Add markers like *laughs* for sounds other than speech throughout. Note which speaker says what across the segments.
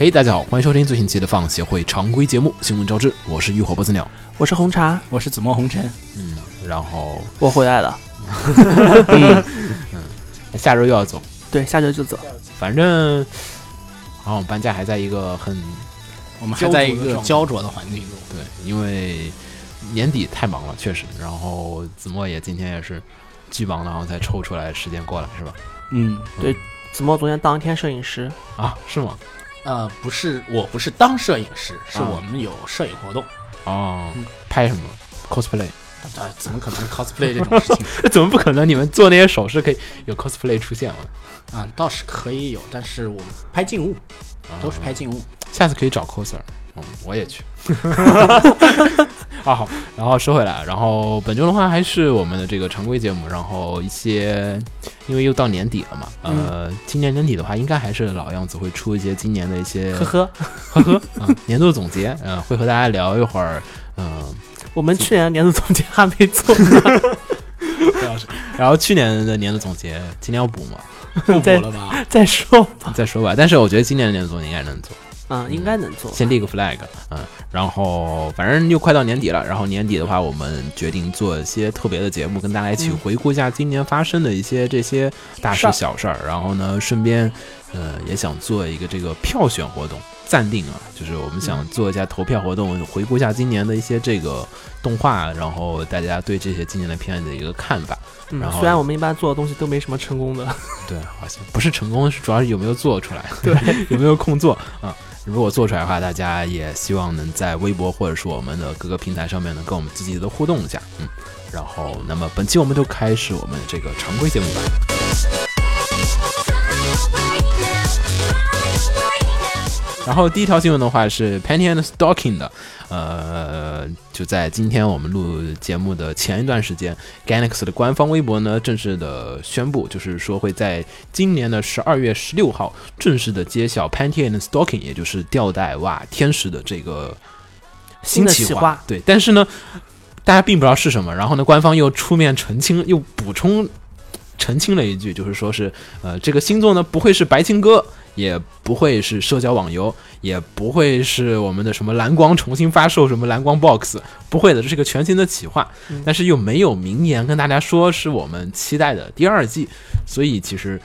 Speaker 1: 嘿、大家好，欢迎收听最新期的放协会常规节目《新闻招之》，我是浴火波子鸟。
Speaker 2: 我是红茶，
Speaker 3: 我是紫陌红尘，
Speaker 1: 然后
Speaker 2: 我回来了。
Speaker 1: 下周又要走，
Speaker 2: 对，下周就走。
Speaker 1: 反正好像我们搬家还在一个很
Speaker 3: 我们还在一个
Speaker 1: 焦
Speaker 3: 焦灼的环境中。
Speaker 1: 对，因为年底太忙了，确实。然后子墨也今天也是巨忙，然后才抽出来时间过来，是吧？
Speaker 3: 嗯，
Speaker 2: 子墨昨天当天摄影师，
Speaker 1: 啊，是吗？
Speaker 3: 呃，不是，我不是当摄影师，是
Speaker 1: 啊
Speaker 3: 我们有摄影活动。
Speaker 1: 哦
Speaker 3: 嗯，
Speaker 1: 拍什么？cosplay？ *laughs*
Speaker 3: 啊，怎么可能 cosplay 这种事情
Speaker 1: 那怎么不可能？你们做那些手势可以有 cosplay 出现吗？
Speaker 3: 啊？倒是可以有，但是我们拍静物，
Speaker 1: 啊
Speaker 3: 都是拍静物。
Speaker 1: 下次可以找 coser，嗯，我也去。 *laughs* 啊好，然后说回来，然后本周的话还是我们的这个常规节目，然后一些，因为又到年底了嘛，呃，今年年底的话，应该还是老样子会出一些今年的一 *laughs* 些
Speaker 2: 呵呵，
Speaker 1: 呵呵，嗯，年度总结，嗯、会和大家聊一会儿，嗯、
Speaker 2: 我们去年年度总结还没 *laughs* 做呢，
Speaker 1: 然后去年的年度总结尽量补嘛， *laughs*
Speaker 3: 不补
Speaker 2: 在
Speaker 3: 了吧？
Speaker 2: 再说吧。
Speaker 1: 再说吧，但是我觉得今年的年度总结应该能做。
Speaker 2: 嗯，应该能做。
Speaker 1: 先立个 flag，嗯，然后反正又快到年底了，然后年底的话，我们决定做一些特别的节目，跟大家一起回顾一下今年发生的一些这些大嗯事小事儿，然后呢，顺便，呃，也想做一个这个票选活动，暂定啊，就是我们想做一下投票活动，回顾一下今年的一些这个动画，然后大家对这些今年的片子的一个看法，
Speaker 2: 嗯
Speaker 1: 然，后
Speaker 2: 虽然我们一般做的东西都没什么成功的，
Speaker 1: 对，好像不是成功，是主要是有没有做出来，对， *laughs* 有没有空做啊？如果做出来的话，大家也希望能在微博或者是我们的各个平台上面能跟我们积极的互动一下，嗯。然后，那么本期我们就开始我们这个常规节目吧。然后第一条新闻的话是 Penny and Stocking 的，呃，就在今天我们录节目的前一段时间，Galaxy 的官方微博呢正式的宣布，就是说会在今年的十二月十六号正式的揭晓 Panty and Stocking，也就是吊带袜天使的这个
Speaker 2: 新的
Speaker 1: 企
Speaker 2: 企划
Speaker 1: 对，但是呢，大家并不知道是什么。然后呢，官方又出面澄清，又补充澄清了一句，就是说是呃，这个星座呢不会是白情歌，也不会是社交网游，也不会是我们的什么蓝光重新发售，什么蓝光 box，不会的，这是个全新的企划。
Speaker 2: 嗯
Speaker 1: 但是又没有明言跟大家说是我们期待的第二季，所以其实。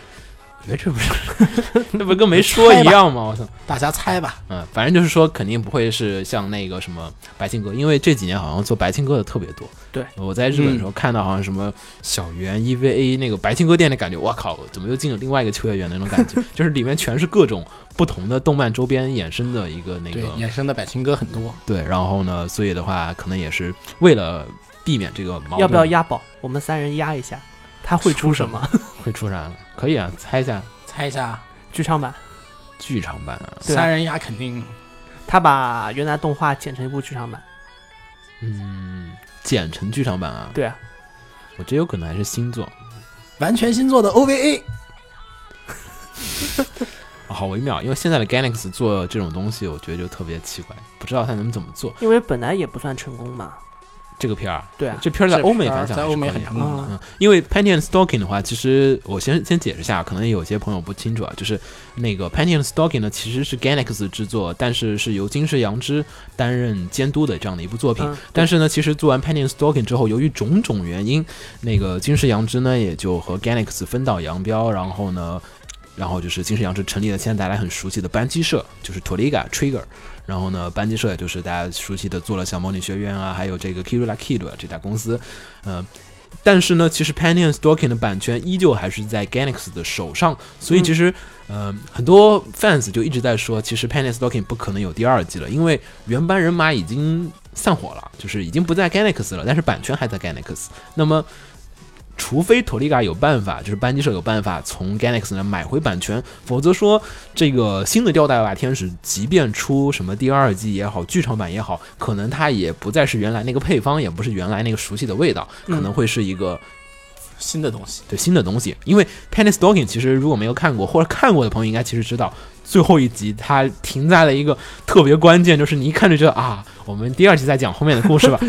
Speaker 1: 我觉得这不是， *laughs* 那不跟没说一样吗？我操！
Speaker 3: 大家猜吧。
Speaker 1: 嗯，反正就是说，肯定不会是像那个什么白庆歌，因为这几年好像做白庆歌的特别多。
Speaker 2: 对，嗯
Speaker 1: 我在日本的时候看到好像什么小圆 EVA 那个白庆歌店的感觉，我靠，怎么又进了另外一个秋叶原那种感觉？
Speaker 2: *laughs*
Speaker 1: 就是里面全是各种不同的动漫周边衍生的一个那个
Speaker 3: 对，衍生的百情歌很多。
Speaker 1: 对，然后呢，所以的话，可能也是为了避免这个矛盾，
Speaker 2: 要不要押宝？我们三人押一下，他会出什么？
Speaker 1: 会出啥？可以啊，猜一下
Speaker 3: 猜一下，
Speaker 2: 剧场版，
Speaker 1: 剧场版啊，
Speaker 2: 对啊
Speaker 3: 三人鸭肯定
Speaker 2: 他把原来动画剪成一部剧场版。
Speaker 1: 嗯，剪成剧场版啊，
Speaker 2: 对啊，
Speaker 1: 我觉得有可能还是星座。
Speaker 3: 完全新做的 OVA。
Speaker 1: 啊好微妙，因为现在的 Galaxy 做这种东西，我觉得就特别奇怪，不知道它能怎么做。
Speaker 2: 因为本来也不算成功嘛。
Speaker 1: 这个片儿，
Speaker 2: 对啊，
Speaker 1: 这片儿在
Speaker 3: 这
Speaker 1: 欧美
Speaker 3: 片儿
Speaker 1: 反响
Speaker 3: 在
Speaker 1: 还是
Speaker 3: 欧美
Speaker 1: 可以
Speaker 3: 很
Speaker 1: 的
Speaker 3: 成功
Speaker 2: 啊
Speaker 1: 嗯，因为 Panty and Stocking 的话，其实我先先解释一下，可能有些朋友不清楚啊，就是那个 Panty and Stocking 呢，其实是 Galaxy 制作，但是是由金石阳之担任监督的这样的一部作品。
Speaker 2: 嗯
Speaker 1: 但是呢，其实做完 Panty and Stocking 之后，由于种种原因，那个金石阳之呢也就和 Galaxy 分道扬镳，然后呢。然后就是金石阳之成立了现在大家很熟悉的班机社，就是 Toriga Trigger，然后呢，班级社也就是大家熟悉的做了像模拟学院啊，还有这个 Kirula Kid 啊这家公司，嗯、但是呢，其实 Penny and Stocking 的版权依旧还是在 Galaxy 的手上，所以其实，嗯、很多 fans 就一直在说，其实 Penny and Stocking 不可能有第二季了，因为原班人马已经散伙了，就是已经不在 Galaxy 了，但是版权还在 Galaxy。那么除非 Toliga 有办法，就是班机社有办法从 Ganex 那买回版权，否则说这个新的《吊带袜天使》，即便出什么第二季也好，剧场版也好，可能它也不再是原来那个配方，也不是原来那个熟悉的味道，可能会是一个
Speaker 3: 新的东西。
Speaker 1: 对新的东西。因为 Penny Stocking 其实如果没有看过或者看过的朋友，应该其实知道最后一集它停在了一个特别关键，就是你一看就觉得啊，我们第二集再讲后面的故事吧。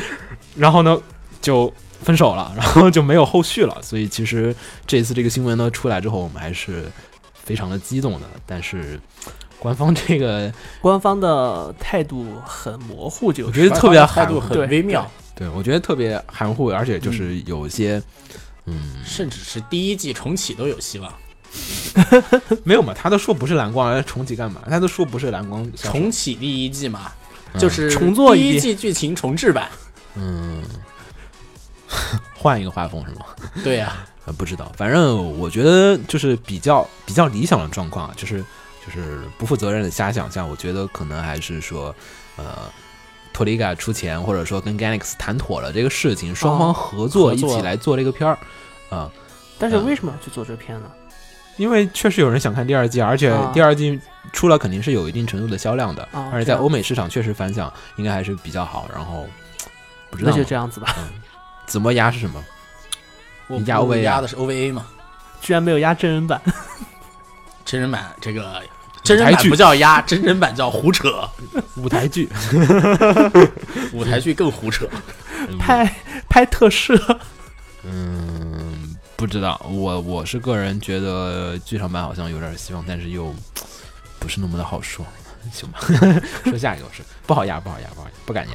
Speaker 1: 然后呢，就分手了，然后就没有后续了。所以其实这一次这个新闻呢出来之后，我们还是非常的激动的，但是。官方这个，
Speaker 2: 官方的态度很模糊，就
Speaker 1: 我
Speaker 2: 是
Speaker 1: 觉得特别
Speaker 3: 态
Speaker 1: 含
Speaker 3: 度
Speaker 1: 糊，
Speaker 3: 很微妙，
Speaker 1: 对我觉得特别含糊，而且就是有一些，嗯，
Speaker 3: 甚至是第一季重启都有希望。
Speaker 1: 没有嘛，他都说不是蓝光，重启干嘛？他都说不是蓝光，
Speaker 3: 重启第一季嘛，就是
Speaker 2: 重做一
Speaker 3: 第一
Speaker 2: 遍
Speaker 3: 季剧情重置版。
Speaker 1: 嗯，换一个画风是吗？
Speaker 3: 对啊呀，
Speaker 1: 呃，不知道，反正我觉得就是比较比较理想的状况啊，就是就是不负责任的瞎想象，我觉得可能还是说，呃。托利嘎出钱，或者说跟 Ganex 谈妥了这个事情，双方合作
Speaker 3: 合
Speaker 1: 一
Speaker 3: 作
Speaker 1: 起来做这个片儿，啊、
Speaker 2: 但是为什么要去做这片呢？
Speaker 1: 因为确实有人想看第二季，而且
Speaker 2: 啊
Speaker 1: 第二季出了肯定是有一定程度的销量的，
Speaker 2: 啊
Speaker 1: 而且在
Speaker 2: 这样
Speaker 1: 欧美市场确实反响应该还是比较好。然后不知道
Speaker 2: 那
Speaker 1: 嘛
Speaker 2: 就这样子吧，
Speaker 1: 子墨鸭是什么？
Speaker 3: 我
Speaker 1: 你压
Speaker 3: 我
Speaker 1: OVA 啊
Speaker 3: 压的是 OVA 嘛，
Speaker 2: 居然没有压真人版，
Speaker 3: 真人版这个真人
Speaker 1: 舞台
Speaker 3: 版
Speaker 1: 剧
Speaker 3: 不叫压，真人版叫胡扯，
Speaker 1: 舞台剧，
Speaker 3: 舞台剧更胡扯。
Speaker 2: 拍 *laughs* 拍特摄， *laughs*
Speaker 1: 嗯，不知道，我我是个人觉得剧场版好像有点希望，但是又不是那么的好说， *laughs* 行吧？说下一个是不好压，不好压，不好压，不敢压。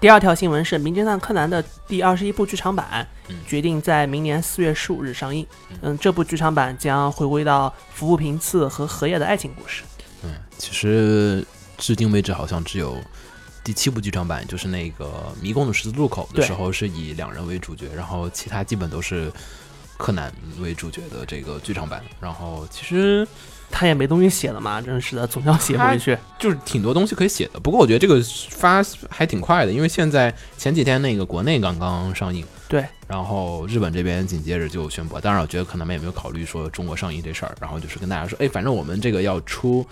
Speaker 2: 第二条新闻是《名侦探柯南》的第二十一部剧场版
Speaker 1: 嗯，
Speaker 2: 决定在明年四月十五日上映。嗯，这部剧场版将回归到服部平次和河野的爱情故事。
Speaker 1: 嗯，其实至今为止好像只有第七部剧场版，就是那个《迷宫的十字路口》的
Speaker 2: 对
Speaker 1: 时候是以两人为主角，然后其他基本都是柯南为主角的这个剧场版。然后其实
Speaker 2: 他也没东西写了嘛，真是的，总要写回去。
Speaker 1: 就是挺多东西可以写的，不过我觉得这个发还挺快的，因为现在前几天那个国内刚刚上映，
Speaker 2: 对，
Speaker 1: 然后日本这边紧接着就宣布，当然我觉得可能他们也没有考虑说中国上映这事儿，然后就是跟大家说，哎，反正我们这个要出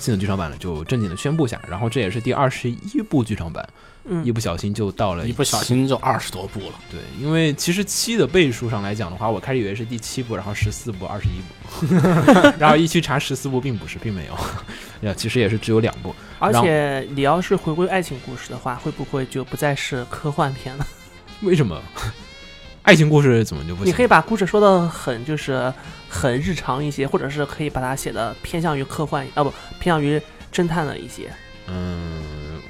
Speaker 1: 新的剧场版了，就正经的宣布下，然后这也是第二十一部剧场版，
Speaker 2: 嗯
Speaker 1: 一不小心就到了
Speaker 3: 一不小心就二十多部了，
Speaker 1: 对，因为其实七的倍数上来讲的话，我开始以为是第七部，然后十四部、二十一部， *laughs* 然后一去查十四部并不是，并没有， *laughs* 呀，其实也是只有两部，
Speaker 2: 而
Speaker 1: 然后
Speaker 2: 且你要是回归爱情故事的话，会不会就不再是科幻片了？
Speaker 1: 为什么？ *laughs* 爱情故事怎么就不行？
Speaker 2: 你可以把故事说的很就是很日常一些，或者是可以把它写的偏向于科幻啊，不偏向于侦探的一些。
Speaker 1: 嗯，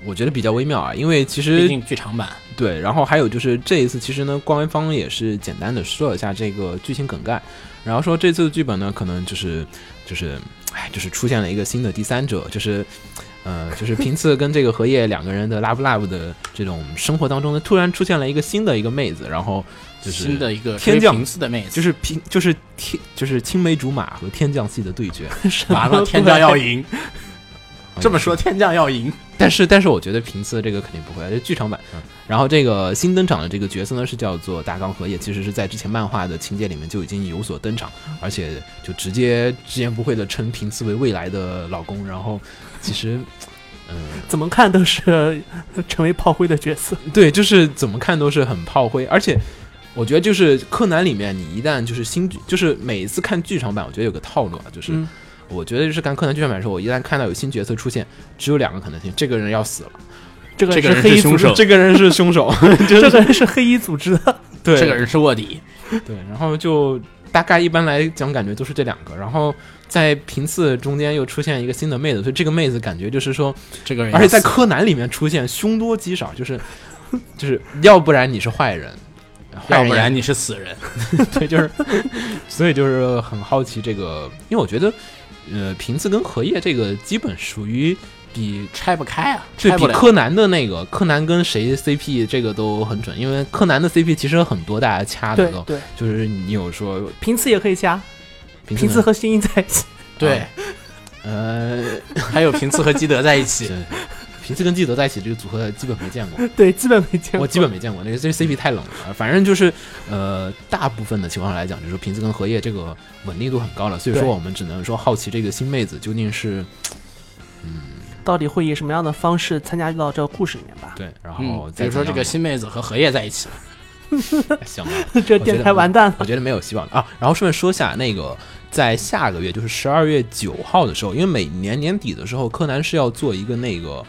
Speaker 1: 我觉得比较微妙啊，因为其
Speaker 3: 毕
Speaker 1: 实
Speaker 3: 竟剧场版
Speaker 1: 对，然后还有就是这一次，其实呢，官方也是简单的说了一下这个剧情梗概，然后说这次的剧本呢，可能就是就是哎，就是出现了一个新的第三者，就是呃，就是平次跟这个荷叶两个人的 love love 的这种生活当中呢，突然出现了一个新的一个妹子，然后就是
Speaker 3: 新的一个
Speaker 1: 天降
Speaker 3: 追平次的妹子，
Speaker 1: 就是平就是天就是青梅竹马和天降系的 *laughs* 对
Speaker 3: *laughs*
Speaker 1: 决，哦
Speaker 3: 完了天降要赢。这么说，天降要赢，
Speaker 1: 但是，但是我觉得平次这个肯定不会，这剧场版。
Speaker 3: 嗯
Speaker 1: 然后这个新登场的这个角色呢，是叫做大冈和也，其实是在之前漫画的情节里面就已经有所登场，而且就直接直言不讳的称平次为未来的老公。然后，其实，嗯、
Speaker 2: 怎么看都是 *laughs* 成为炮灰的角色。
Speaker 1: 对，就是怎么看都是很炮灰，而且我觉得就是柯南里面，你一旦就是新剧，就是每一次看剧场版，我觉得有个套路啊，就是。
Speaker 2: 嗯
Speaker 1: 我觉得就是看柯南剧场版的时候，我一旦看到有新角色出现，只有两个可能性：这个人要死了，
Speaker 2: 这个
Speaker 3: 这个人
Speaker 2: 黑
Speaker 3: 是
Speaker 2: 衣组
Speaker 3: 凶
Speaker 2: 织
Speaker 3: 手，
Speaker 1: 这个人是凶手，
Speaker 2: 这个人是黑衣组织的。
Speaker 1: 对，
Speaker 3: 这个人是卧底，
Speaker 1: 对，然后就大概一般来讲，感觉都是这两个。然后在平次中间又出现一个新的妹子，所以这个妹子感觉就是说，
Speaker 3: 这个人要
Speaker 1: 而
Speaker 3: 死，
Speaker 1: 且在柯南里面出现凶多吉少，就是就是要不然你是坏人，坏
Speaker 3: 要
Speaker 1: 人
Speaker 3: 不
Speaker 1: 也 *laughs*
Speaker 3: 然你是死人。
Speaker 1: 对，就是所以就是很好奇这个，因为我觉得呃平次跟荷叶这个基本属于比
Speaker 3: 拆不开啊，
Speaker 1: 对
Speaker 3: 拆
Speaker 1: 比
Speaker 3: 不了。
Speaker 1: 柯南的那个柯南跟谁 CP 这个都很准，因为柯南的 CP 其实很多大家掐的
Speaker 2: 对
Speaker 1: 都，
Speaker 2: 对，
Speaker 1: 就是你有说
Speaker 2: 平次也可以加，
Speaker 1: 平
Speaker 2: 平
Speaker 1: 次
Speaker 2: 次
Speaker 1: 呢
Speaker 2: 和新
Speaker 3: 啊
Speaker 2: 一在一起。
Speaker 3: 对，
Speaker 1: 呃 *laughs*
Speaker 3: *laughs* 还有平次和基德在一起，
Speaker 1: 对，平次跟基德在一起这个组合基本没见
Speaker 2: *laughs*
Speaker 1: 过，
Speaker 2: 对，基本没见过。
Speaker 1: 我基本没见过，那个这 CP 太冷了。啊反正就是呃，大部分的情况来讲，就是平次跟荷叶这个稳定度很高了，所以说
Speaker 3: 对
Speaker 1: 我们只能说好奇这个新妹子究竟是
Speaker 2: 到底会以什么样的方式参加到这个故事里面吧？
Speaker 1: 对，然后
Speaker 3: 嗯，比
Speaker 1: 再
Speaker 3: 如说
Speaker 1: 怎
Speaker 3: 这
Speaker 1: 样
Speaker 3: 个新妹子和荷叶在一起了，
Speaker 1: 行了。
Speaker 2: 这 *laughs* 电台完蛋了。
Speaker 1: 啊我觉得没有希望了啊。然后顺便说下那个，在下个月就是十二月九号的时候，因为每年年底的时候，柯南是要做一个那个。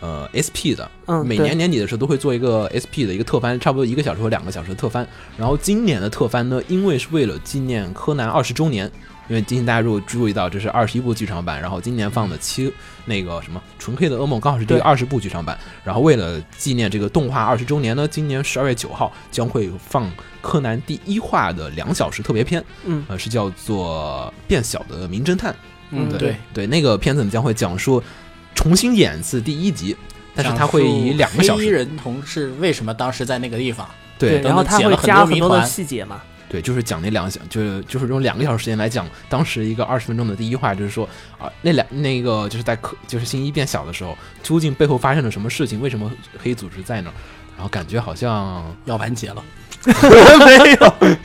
Speaker 1: 呃，SP 的，
Speaker 2: 嗯，
Speaker 1: 每
Speaker 2: 对
Speaker 1: 年年底的时候都会做一个 SP 的一个特番，差不多一个小时或两个小时的特番。然后今年的特番呢，因为是为了纪念柯南二十周年，因为今天大家如果注意到，这是二十一部剧场版，然后今年放的七那个什么《纯黑的噩梦》刚好是第
Speaker 2: 对
Speaker 1: 二十部剧场版。然后为了纪念这个动画二十周年呢，今年十二月九号将会放柯南第一话的两小时特别篇，
Speaker 2: 嗯
Speaker 1: 呃，是叫做《变小的名侦探》。
Speaker 2: 嗯
Speaker 3: 对，
Speaker 2: 对
Speaker 1: 对，那个片子将会讲述重新演一次第一集，但是它会以两个
Speaker 3: 讲
Speaker 1: 小
Speaker 3: 述黑衣
Speaker 1: 时，
Speaker 3: 人同事为什么当时在那个地方？
Speaker 1: 对
Speaker 3: 等
Speaker 2: 然后
Speaker 3: 等
Speaker 2: 他
Speaker 3: 解
Speaker 2: 会
Speaker 3: 了很
Speaker 2: 加
Speaker 3: 多
Speaker 2: 很
Speaker 3: 谜
Speaker 2: 多的
Speaker 3: 团
Speaker 2: 细节嘛。
Speaker 1: 对，就是讲那两个小，就是就是用两个小时时间来讲当时一个二十分钟的第一话，就是说啊，那两那个就是在科就是新一变小的时候，究竟背后发生了什么事情？为什么黑衣组织在那儿？然后感觉好
Speaker 3: *laughs*
Speaker 1: 像
Speaker 3: 要完结了，
Speaker 1: 没有，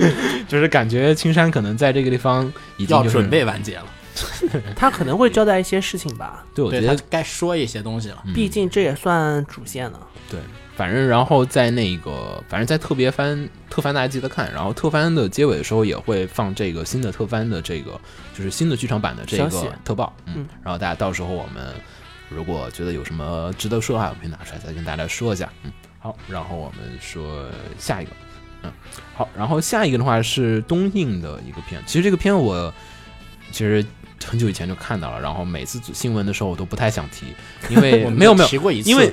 Speaker 1: 就是感觉青山可能在这个地方已经、
Speaker 3: 要
Speaker 1: 就是、
Speaker 3: 准备完结了，
Speaker 1: 嗯
Speaker 2: 他可能会交代一些事情吧，
Speaker 1: 对，我觉
Speaker 3: 对
Speaker 1: 得嗯
Speaker 3: 他该说一些东西了。
Speaker 2: 毕竟这也算主线了。
Speaker 1: 反正然后在那个，反正在特别番特番大家记得看，然后特番的结尾的时候也会放这个新的特番的这个就是新的剧场版的这
Speaker 2: 消息
Speaker 1: 个特报，嗯，
Speaker 2: 嗯
Speaker 1: 然后大家到时候我们如果觉得有什么值得说的话，我们可以拿出来再跟大家说一下，嗯，好，然后我们说下一个，嗯，好，然后下一个的话是东映的一个片，其实这个片我其实。很久以前就看到了，然后每次做新闻的时候我都不太想提，因
Speaker 3: *laughs*
Speaker 1: 为
Speaker 3: 我们
Speaker 1: 没有没有
Speaker 3: 提过一次，
Speaker 1: 因为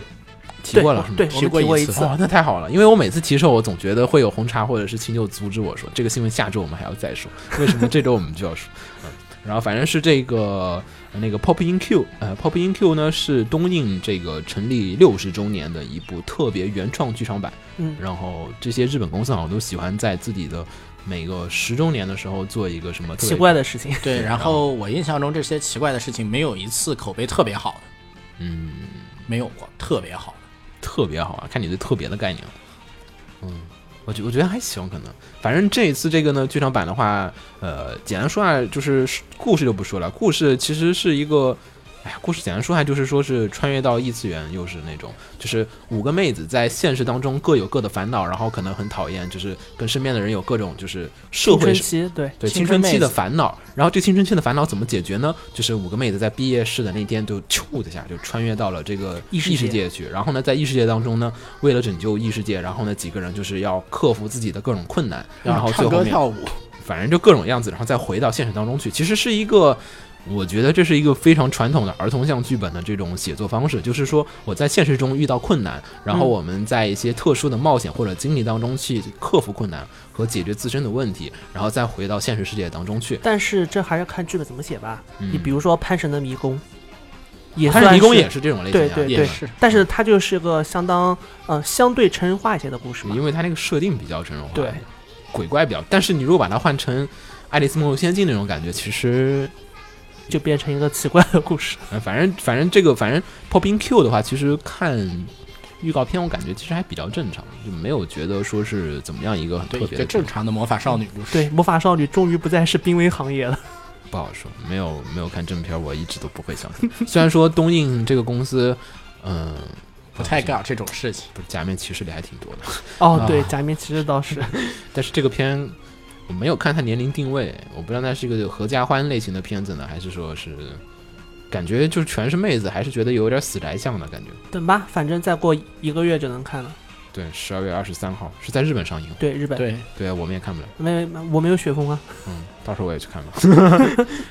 Speaker 1: 提
Speaker 2: 对
Speaker 1: 过了，啊
Speaker 2: 我
Speaker 1: 是吗
Speaker 2: 对，我
Speaker 3: 提
Speaker 2: 们提
Speaker 3: 过一
Speaker 2: 过一
Speaker 3: 次
Speaker 2: 次。
Speaker 1: 哇，哦那太好了，因为我每次提的时候，我总觉得会有红茶或者是青柚阻止我说这个新闻下周我们还要再说，为什么这周我们就要说？嗯，然后反正是这个呃那个 Pop In Q，呃，Pop In Q 呢是东映这个成立六十周年的一部特别原创剧场版，
Speaker 2: 嗯，
Speaker 1: 然后这些日本公司好像都喜欢在自己的每个十周年的时候做一个什么特别
Speaker 2: 奇怪的事情。
Speaker 3: 对，
Speaker 1: 然
Speaker 3: 然
Speaker 1: 后
Speaker 3: 后我印象中这些奇怪的事情没有一次口碑特别好的，
Speaker 1: 嗯
Speaker 3: 没有过特别好的。
Speaker 1: 特别好啊，看你对特别的概念了。嗯，我觉我觉得还行，可能反正这一次这个呢，剧场版的话，呃，简单说下来就是故事就不说了，故事其实是一个。哎呀，故事简单说下来就是说是穿越到异次元，又是那种就是五个妹子在现实当中各有各的烦恼，然后可能很讨厌，就是跟身边的人有各种就是社
Speaker 2: 青
Speaker 1: 会
Speaker 2: 春
Speaker 1: 上
Speaker 2: 期，对，
Speaker 1: 对青
Speaker 3: 青
Speaker 1: 春
Speaker 3: 春
Speaker 1: 期
Speaker 3: 妹
Speaker 1: 的
Speaker 3: 子
Speaker 1: 烦恼，然后这青春期的烦恼怎么解决呢？就是五个妹子在毕业式的那天就咻的一下就穿越到了这个
Speaker 2: 异
Speaker 1: 异
Speaker 2: 世
Speaker 1: 世
Speaker 2: 界
Speaker 1: 界去，然后呢，在异世界当中呢，为了拯救异世界，然后呢，几个人就是要克服自己的各种困难，然后最
Speaker 3: 唱
Speaker 1: 后
Speaker 3: 歌
Speaker 1: 面
Speaker 3: 跳舞，
Speaker 1: 反正就各种样子，然后再回到现实当中去。其实是一个，我觉得这是一个非常传统的儿童向剧本的这种写作方式，就是说我在现实中遇到困难，然后
Speaker 2: 嗯
Speaker 1: 我们在一些特殊的冒险或者经历当中去克服困难和解决自身的问题，然后再回到现实世界当中去。
Speaker 2: 但是这还是看剧本怎么写吧。
Speaker 1: 嗯
Speaker 2: 你比如说《潘神的迷宫》，也
Speaker 1: 它
Speaker 2: 算
Speaker 1: 是
Speaker 2: 是
Speaker 1: 迷宫也是这种类型、啊，
Speaker 2: 对
Speaker 3: 也
Speaker 2: 对
Speaker 3: 是
Speaker 2: 但是它就是个相当呃相对成人化一些的故事嘛。
Speaker 1: 因为它那个设定比较成人化，啊
Speaker 2: 对，
Speaker 1: 鬼怪比较，但是你如果把它换成《爱丽丝梦游仙境》那种感觉，其实
Speaker 2: 就变成一个奇怪的故事。
Speaker 1: 嗯，反正反正这个反正 Popping Q 的话，其实看预告片，我感觉其实还比较正常，就没有觉得说是怎么样一个很
Speaker 3: 对
Speaker 1: 特
Speaker 3: 一
Speaker 1: 别
Speaker 3: 个
Speaker 1: 的
Speaker 3: 正常的魔法少女故事。
Speaker 2: 对，魔法少女终于不再是濒危行业了。
Speaker 1: 不好说，没有没有看正片，我一直都不会相信。 *laughs* 虽然说东映这个公司，嗯、
Speaker 3: 不太搞这种事情。
Speaker 1: 不是假面骑士里还挺多的，*laughs*
Speaker 2: 哦
Speaker 1: 啊，
Speaker 2: 对，假面骑士倒是
Speaker 1: 但是这个片。我没有看它年龄定位，我不知道那是一个合家欢类型的片子呢，还是说是感觉就是全是妹子，还是觉得有点死宅向的感觉。
Speaker 2: 等吧，反正再过一个月就能看了。
Speaker 1: 对，十二月二十三号是在日本上映，
Speaker 2: 对，日本
Speaker 3: 对，
Speaker 1: 对啊我们也看不了。
Speaker 2: 没没我没有雪峰啊。
Speaker 1: 嗯，到时候我也去看吧。 *laughs*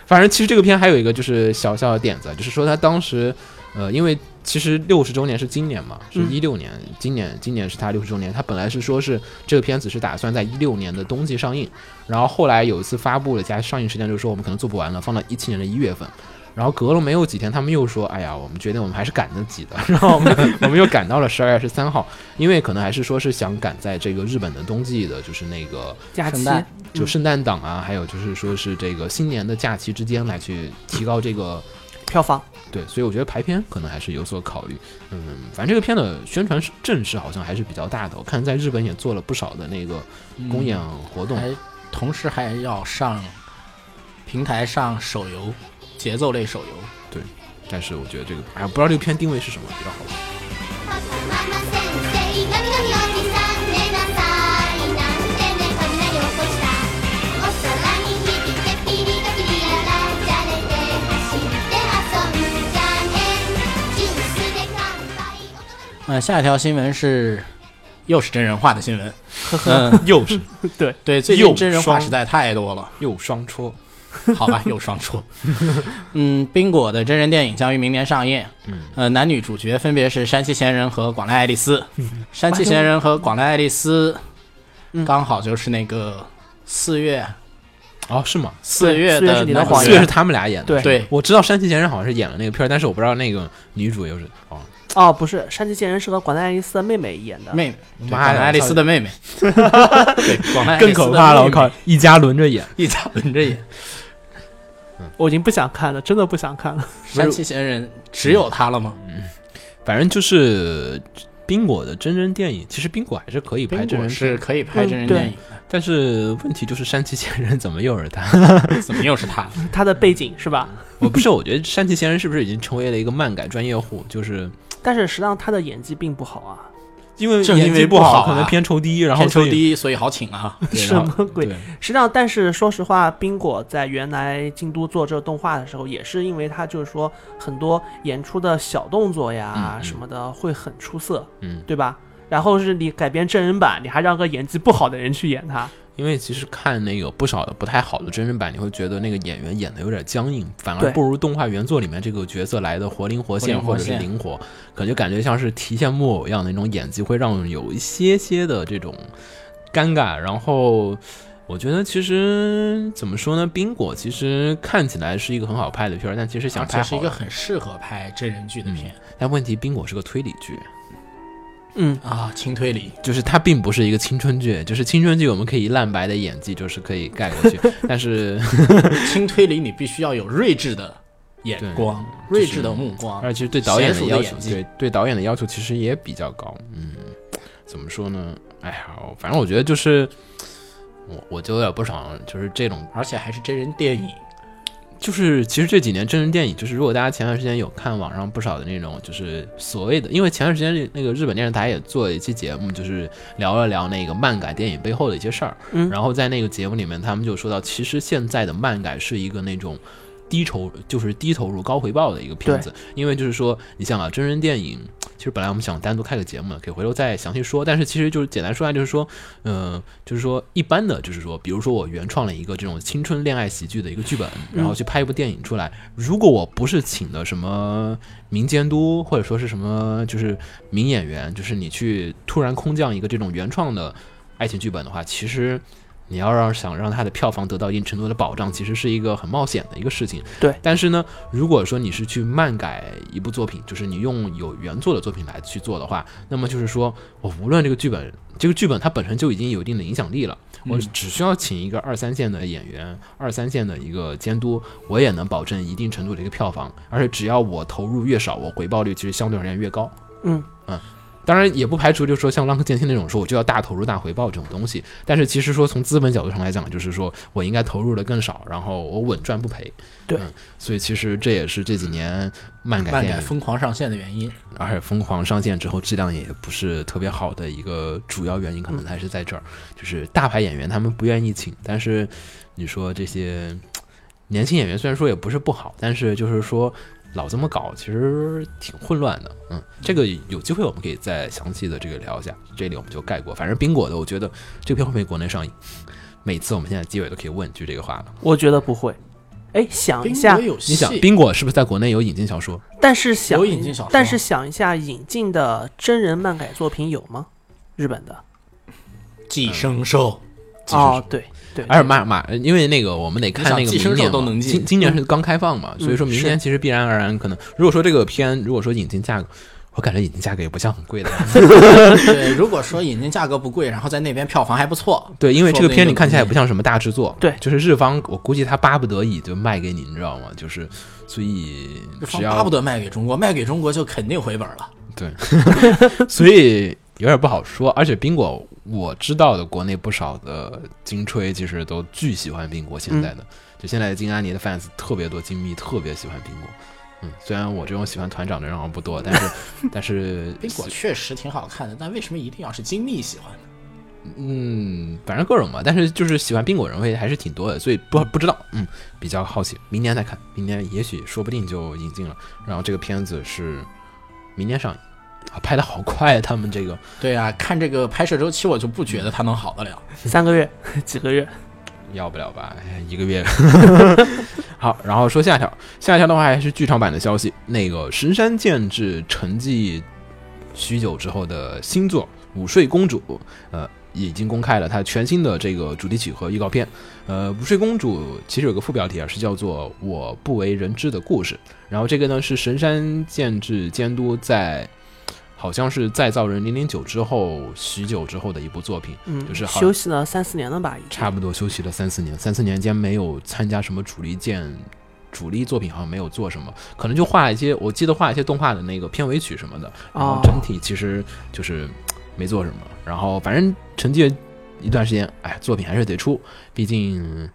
Speaker 1: 反正其实这个片还有一个就是小小的点子，就是说他当时，呃，因为其实六十周年是今年嘛，是
Speaker 2: 嗯
Speaker 1: 一六年，今年今年是他六十周年。他本来是说是这个片子是打算在一六年的冬季上映，然后后来有一次发布了加上映时间，就是说我们可能做不完了，放到一七年的一月份。然后隔了没有几天，他们又说：“哎呀，我们决定我们还是赶得及的。” *laughs* 然后我们我们又赶到了十二月十三号，因为可能还是说是想赶在这个日本的冬季的，就是那个
Speaker 2: 假期
Speaker 3: 圣诞
Speaker 1: 就圣诞档啊，还有就是说是这个新年的假期之间来去提高这个
Speaker 2: 票房。
Speaker 1: 对，所以我觉得排片可能还是有所考虑。嗯，反正这个片的宣传阵势好像还是比较大的，我看在日本也做了不少的那个公演活动。
Speaker 3: 嗯还同时还要上平台上手游，节奏类手游。
Speaker 1: 但是我觉得这个，哎呀，不知道这个片定位是什么比较好吧。
Speaker 4: パパママ先生神々おじさん寝なさいなんてね雷落としたお空に響いてピリカピリやらじゃれて走って遊んじゃねジュースで乾杯
Speaker 3: 嗯、下一条新闻是又是真人化的新闻。嗯、
Speaker 1: 又是 *laughs*
Speaker 3: 对，最
Speaker 1: 又
Speaker 3: 近真人化
Speaker 1: 双
Speaker 3: 实在太多了。
Speaker 1: 又双戳，
Speaker 3: *laughs* 好吧，又双出。嗯，冰果的真人电影将于明年上映。嗯，呃，男女主角分别是山崎贤人和广濑爱丽丝。
Speaker 1: 嗯
Speaker 3: *laughs* 山崎贤人和广濑爱丽丝
Speaker 2: 嗯
Speaker 3: 刚好就是那个四月
Speaker 1: 哦，是吗？
Speaker 3: 四月
Speaker 2: 四月是
Speaker 3: 的
Speaker 2: 你的
Speaker 3: 男主
Speaker 2: 谎
Speaker 1: 四
Speaker 3: 角
Speaker 1: 月是他们俩演的。
Speaker 2: 对
Speaker 1: 是吗
Speaker 3: 对
Speaker 1: 我知道山崎贤人好像是演了那个片儿，但是我不知道那个女主又是哦，
Speaker 2: 哦，不是，山崎健人是和广濑爱丽丝的妹妹演的。
Speaker 3: 妹妹，对广
Speaker 1: 妈呀
Speaker 3: 濑爱丽丝的
Speaker 1: *laughs*
Speaker 3: 妹妹。对，广濑爱丽丝
Speaker 1: 更
Speaker 3: 的
Speaker 1: 可怕了，我靠
Speaker 3: 妹妹，
Speaker 1: 一家轮着演。
Speaker 3: 一家轮着演。
Speaker 2: 我已经不想看了，真的不想看了。 *laughs*
Speaker 3: 山崎贤人只有他了吗？
Speaker 1: 反正就是冰果的真人电影，其实嗯冰果还是嗯可以拍
Speaker 3: 冰
Speaker 1: 真
Speaker 3: 果
Speaker 1: 人片，
Speaker 3: 是可以拍真人电影的，
Speaker 1: 但是问题就是山崎贤人怎么又是他？
Speaker 3: *laughs* 怎么又是他？
Speaker 2: 她的背景是吧？
Speaker 1: 我不是，我觉得山崎贤人是不是已经成为了一个漫改专业户？就是
Speaker 2: 但是实际上她的演技并不好啊，
Speaker 1: 因为
Speaker 3: 正因
Speaker 1: 演技
Speaker 3: 为
Speaker 1: 不
Speaker 3: 不好啊
Speaker 1: 可能片酬低，然后
Speaker 3: 天
Speaker 1: 所
Speaker 3: 抽
Speaker 1: 以
Speaker 3: 第一，所以好请啊。
Speaker 1: 对
Speaker 2: 什
Speaker 1: 然后
Speaker 2: 么鬼？
Speaker 1: 对
Speaker 2: 实际上，但是说实话，冰果在原来京都做这个动画的时候，也是因为它就是说很多演出的小动作呀
Speaker 1: 嗯嗯
Speaker 2: 什么的会很出色，
Speaker 1: 嗯，
Speaker 2: 对吧？然后是你改编真人版，你还让个演技不好的人去演他，
Speaker 1: 因为其实看那个不少的不太好的真人版，你会觉得那个演员演的有点僵硬，反而
Speaker 2: 对
Speaker 1: 不如动画原作里面这个角色来的活灵活现，
Speaker 3: 活
Speaker 1: 或
Speaker 3: 灵活
Speaker 1: 者是
Speaker 3: 现
Speaker 1: 灵活，感觉感觉像是提线木偶一样的那种演技，会让有一些些的这种尴尬。然后我觉得其实怎么说呢，冰果其实看起来是一个很好拍的片儿，但其实想
Speaker 3: 而
Speaker 1: 拍
Speaker 3: 且啊是
Speaker 1: 好
Speaker 3: 一个
Speaker 1: 了，嗯
Speaker 3: 很适合拍真人剧的片
Speaker 1: 但问题冰果是个推理剧，
Speaker 2: 嗯，
Speaker 3: 啊，轻推理。
Speaker 1: 就是它并不是一个青春剧，就是青春剧我们可以烂白的演技就是可以盖过去， *laughs* 但是。
Speaker 3: 轻推理你必须要有睿智的眼光、
Speaker 1: 对
Speaker 3: 睿智的目光。
Speaker 1: 而且对导演
Speaker 3: 啊娴
Speaker 1: 的
Speaker 3: 熟的
Speaker 1: 要
Speaker 3: 演
Speaker 1: 求，
Speaker 3: 技
Speaker 1: 对对导演的要求其实也比较高。嗯，怎么说呢？哎呀，我反正我觉得就是我我就有点不爽，就是这种，
Speaker 3: 而且还是真人电影，
Speaker 1: 就是其实这几年真人电影，就是如果大家前段时间有看网上不少的那种，就是所谓的，因为前段时间那个日本电视台也做了一期节目，就是聊了聊那个漫改电影背后的一些事儿。
Speaker 2: 嗯
Speaker 1: 然后在那个节目里面，他们就说到，其实现在的漫改是一个那种。低投就是低投入高回报的一个片子，因为就是说，你想啊，真人电影其实本来我们想单独开个节目，可以回头再详细说。但是其实就是简单说一下，就是说，嗯，就是说一般的，就是说，比如说我原创了一个这种青春恋爱喜剧的一个剧本，然后去拍一部电影出来，如果我不是请的什么民监督或者说是什么就是名演员，就是你去突然空降一个这种原创的爱情剧本的话，其实。你要让想让它的票房得到一定程度的保障，其实是一个很冒险的一个事情。
Speaker 2: 对
Speaker 1: 但是呢，如果说你是去漫改一部作品，就是你用有原作的作品来去做的话，那么就是说我无论这个剧本，这个剧本它本身就已经有一定的影响力了，我只需要请一个二三线的演员、二三线的一个监督，我也能保证一定程度的一个票房，而且只要我投入越少，我回报率其实相对而言越高。
Speaker 2: 嗯
Speaker 1: 嗯。当然也不排除，就是说像《浪客剑心》那种说我就要大投入大回报这种东西，但是其实说从资本角度上来讲，就是说我应该投入的更少，然后我稳赚不赔。
Speaker 2: 对
Speaker 1: 嗯所以其实这也是这几年漫改
Speaker 3: 漫
Speaker 1: 电
Speaker 3: 改
Speaker 1: 影
Speaker 3: 疯狂上线的原因。
Speaker 1: 而且疯狂上线之后质量也不是特别好的一个主要原因，可能还是在这儿，就是大牌演员他们不愿意请，但是你说这些年轻演员虽然说也不是不好，但是就是说老这么搞，其实挺混乱的。嗯，这个有机会我们可以再详细的这个聊一下，这里我们就概括。反正冰果的，我觉得这个片会不会国内上映？每次我们现在结尾都可以问一句这个话了。
Speaker 2: 我觉得不会。哎，想一
Speaker 3: 冰
Speaker 2: 下
Speaker 3: 果，有戏，嗯
Speaker 1: 你想，冰果是不是在国内有引进小说？
Speaker 2: 但是想
Speaker 3: 有引进小说
Speaker 2: 但是想一下，引进的真人漫改作品有吗？日本的
Speaker 3: 寄生兽，
Speaker 1: 寄生兽
Speaker 2: 哦，对对，
Speaker 1: 而且马马，因为那个我们得看那
Speaker 3: 你
Speaker 1: 个
Speaker 3: 想寄生嗯
Speaker 1: 明年
Speaker 3: 兽都
Speaker 1: 嘛
Speaker 3: 能进 *laughs*
Speaker 1: 今今年是刚开放嘛，所以说明年其实必然而然可能，如果说这个片如果说引进价格，我感觉引进价格也不像很贵
Speaker 3: *laughs*
Speaker 1: 的样子。
Speaker 3: 对，如果说引进价格不贵，然后在那边票房还不错，
Speaker 1: 对，因为这个片
Speaker 3: 说明
Speaker 1: 你看起来也
Speaker 3: 就
Speaker 1: 不像什么大制作，
Speaker 2: 对
Speaker 1: 就是日方，我估计他巴不得已就卖给你，你知道吗？就是，所以只
Speaker 3: 日方
Speaker 1: 要
Speaker 3: 巴不得卖给中国，卖给中国就肯定回本了。
Speaker 1: 对，所以有点不好说。而且冰果，我知道的国内不少的金吹其实都巨喜欢冰果，现在的、就现在的金安妮的 fans 特别多，金迷特别喜欢冰果。嗯，虽然我这种喜欢团长的人好像不多，但是但是
Speaker 3: 冰果确实挺好看的，但为什么一定要是金密喜欢呢？
Speaker 1: 嗯，反正各种嘛，但是就是喜欢冰果人会还是挺多的，所以不不知道，嗯，比较好奇，明年再看，明年也许说不定就引进了。然后这个片子是明年上映，啊，拍的好快啊，他们这个
Speaker 3: 对啊，看这个拍摄周期，我就不觉得它能好得了。
Speaker 2: 三个月、 *laughs* 几个月，
Speaker 1: 要不了吧，哎一个月。 *laughs* 好，然后说下一条，下一条的话还是剧场版的消息，那个神山健治沉寂许久之后的新作《午睡公主》，呃，已经公开了它全新的这个主题曲和预告片。呃，《午睡公主》其实有个副标题啊，是叫做《我不为人知的故事》。然后这个呢是神山健治监督在，好像是再造人零零九之后许久之后的一部作品，
Speaker 2: 嗯，
Speaker 1: 就是好
Speaker 2: 休息了三四年了吧，已经
Speaker 1: 差不多休息了三四年，三四年间没有参加什么主力舰。主力作品好像没有做什么，可能就画一些，我记得画一些动画的那个片尾曲什么的，然后
Speaker 2: 哦
Speaker 1: 整体其实就是嘖没做什么。然后反正沉寂了一段时间，哎，作品还是得出，毕竟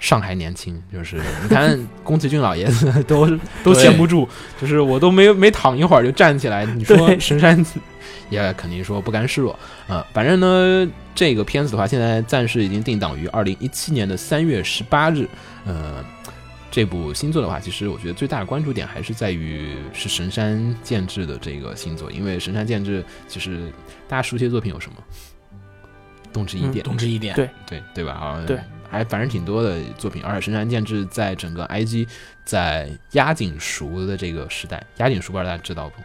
Speaker 1: 上海年轻，就是你看宫崎骏老爷子都都
Speaker 3: 对
Speaker 1: 闲不住，就是我都没没躺一会儿就站起来，你说
Speaker 2: *laughs* 对
Speaker 1: 神山也肯定说不甘示弱，呃，反正呢，这个片子的话，现在暂时已经定档于二零一七年的三月十八日。呃，这部新作的话，其实我觉得最大的关注点还是在于是神山健治的这个新作，因为神山健治其实大家熟悉的作品有什么？动之以
Speaker 2: 嗯
Speaker 1: 点，
Speaker 3: 懂这一点，
Speaker 2: 对
Speaker 1: 对对吧？好像
Speaker 2: 对，
Speaker 1: 还反正挺多的作品，而且神山健治在整个 IG 在押井熟的这个时代，押井熟不知道大家知道
Speaker 2: 啊
Speaker 1: 不？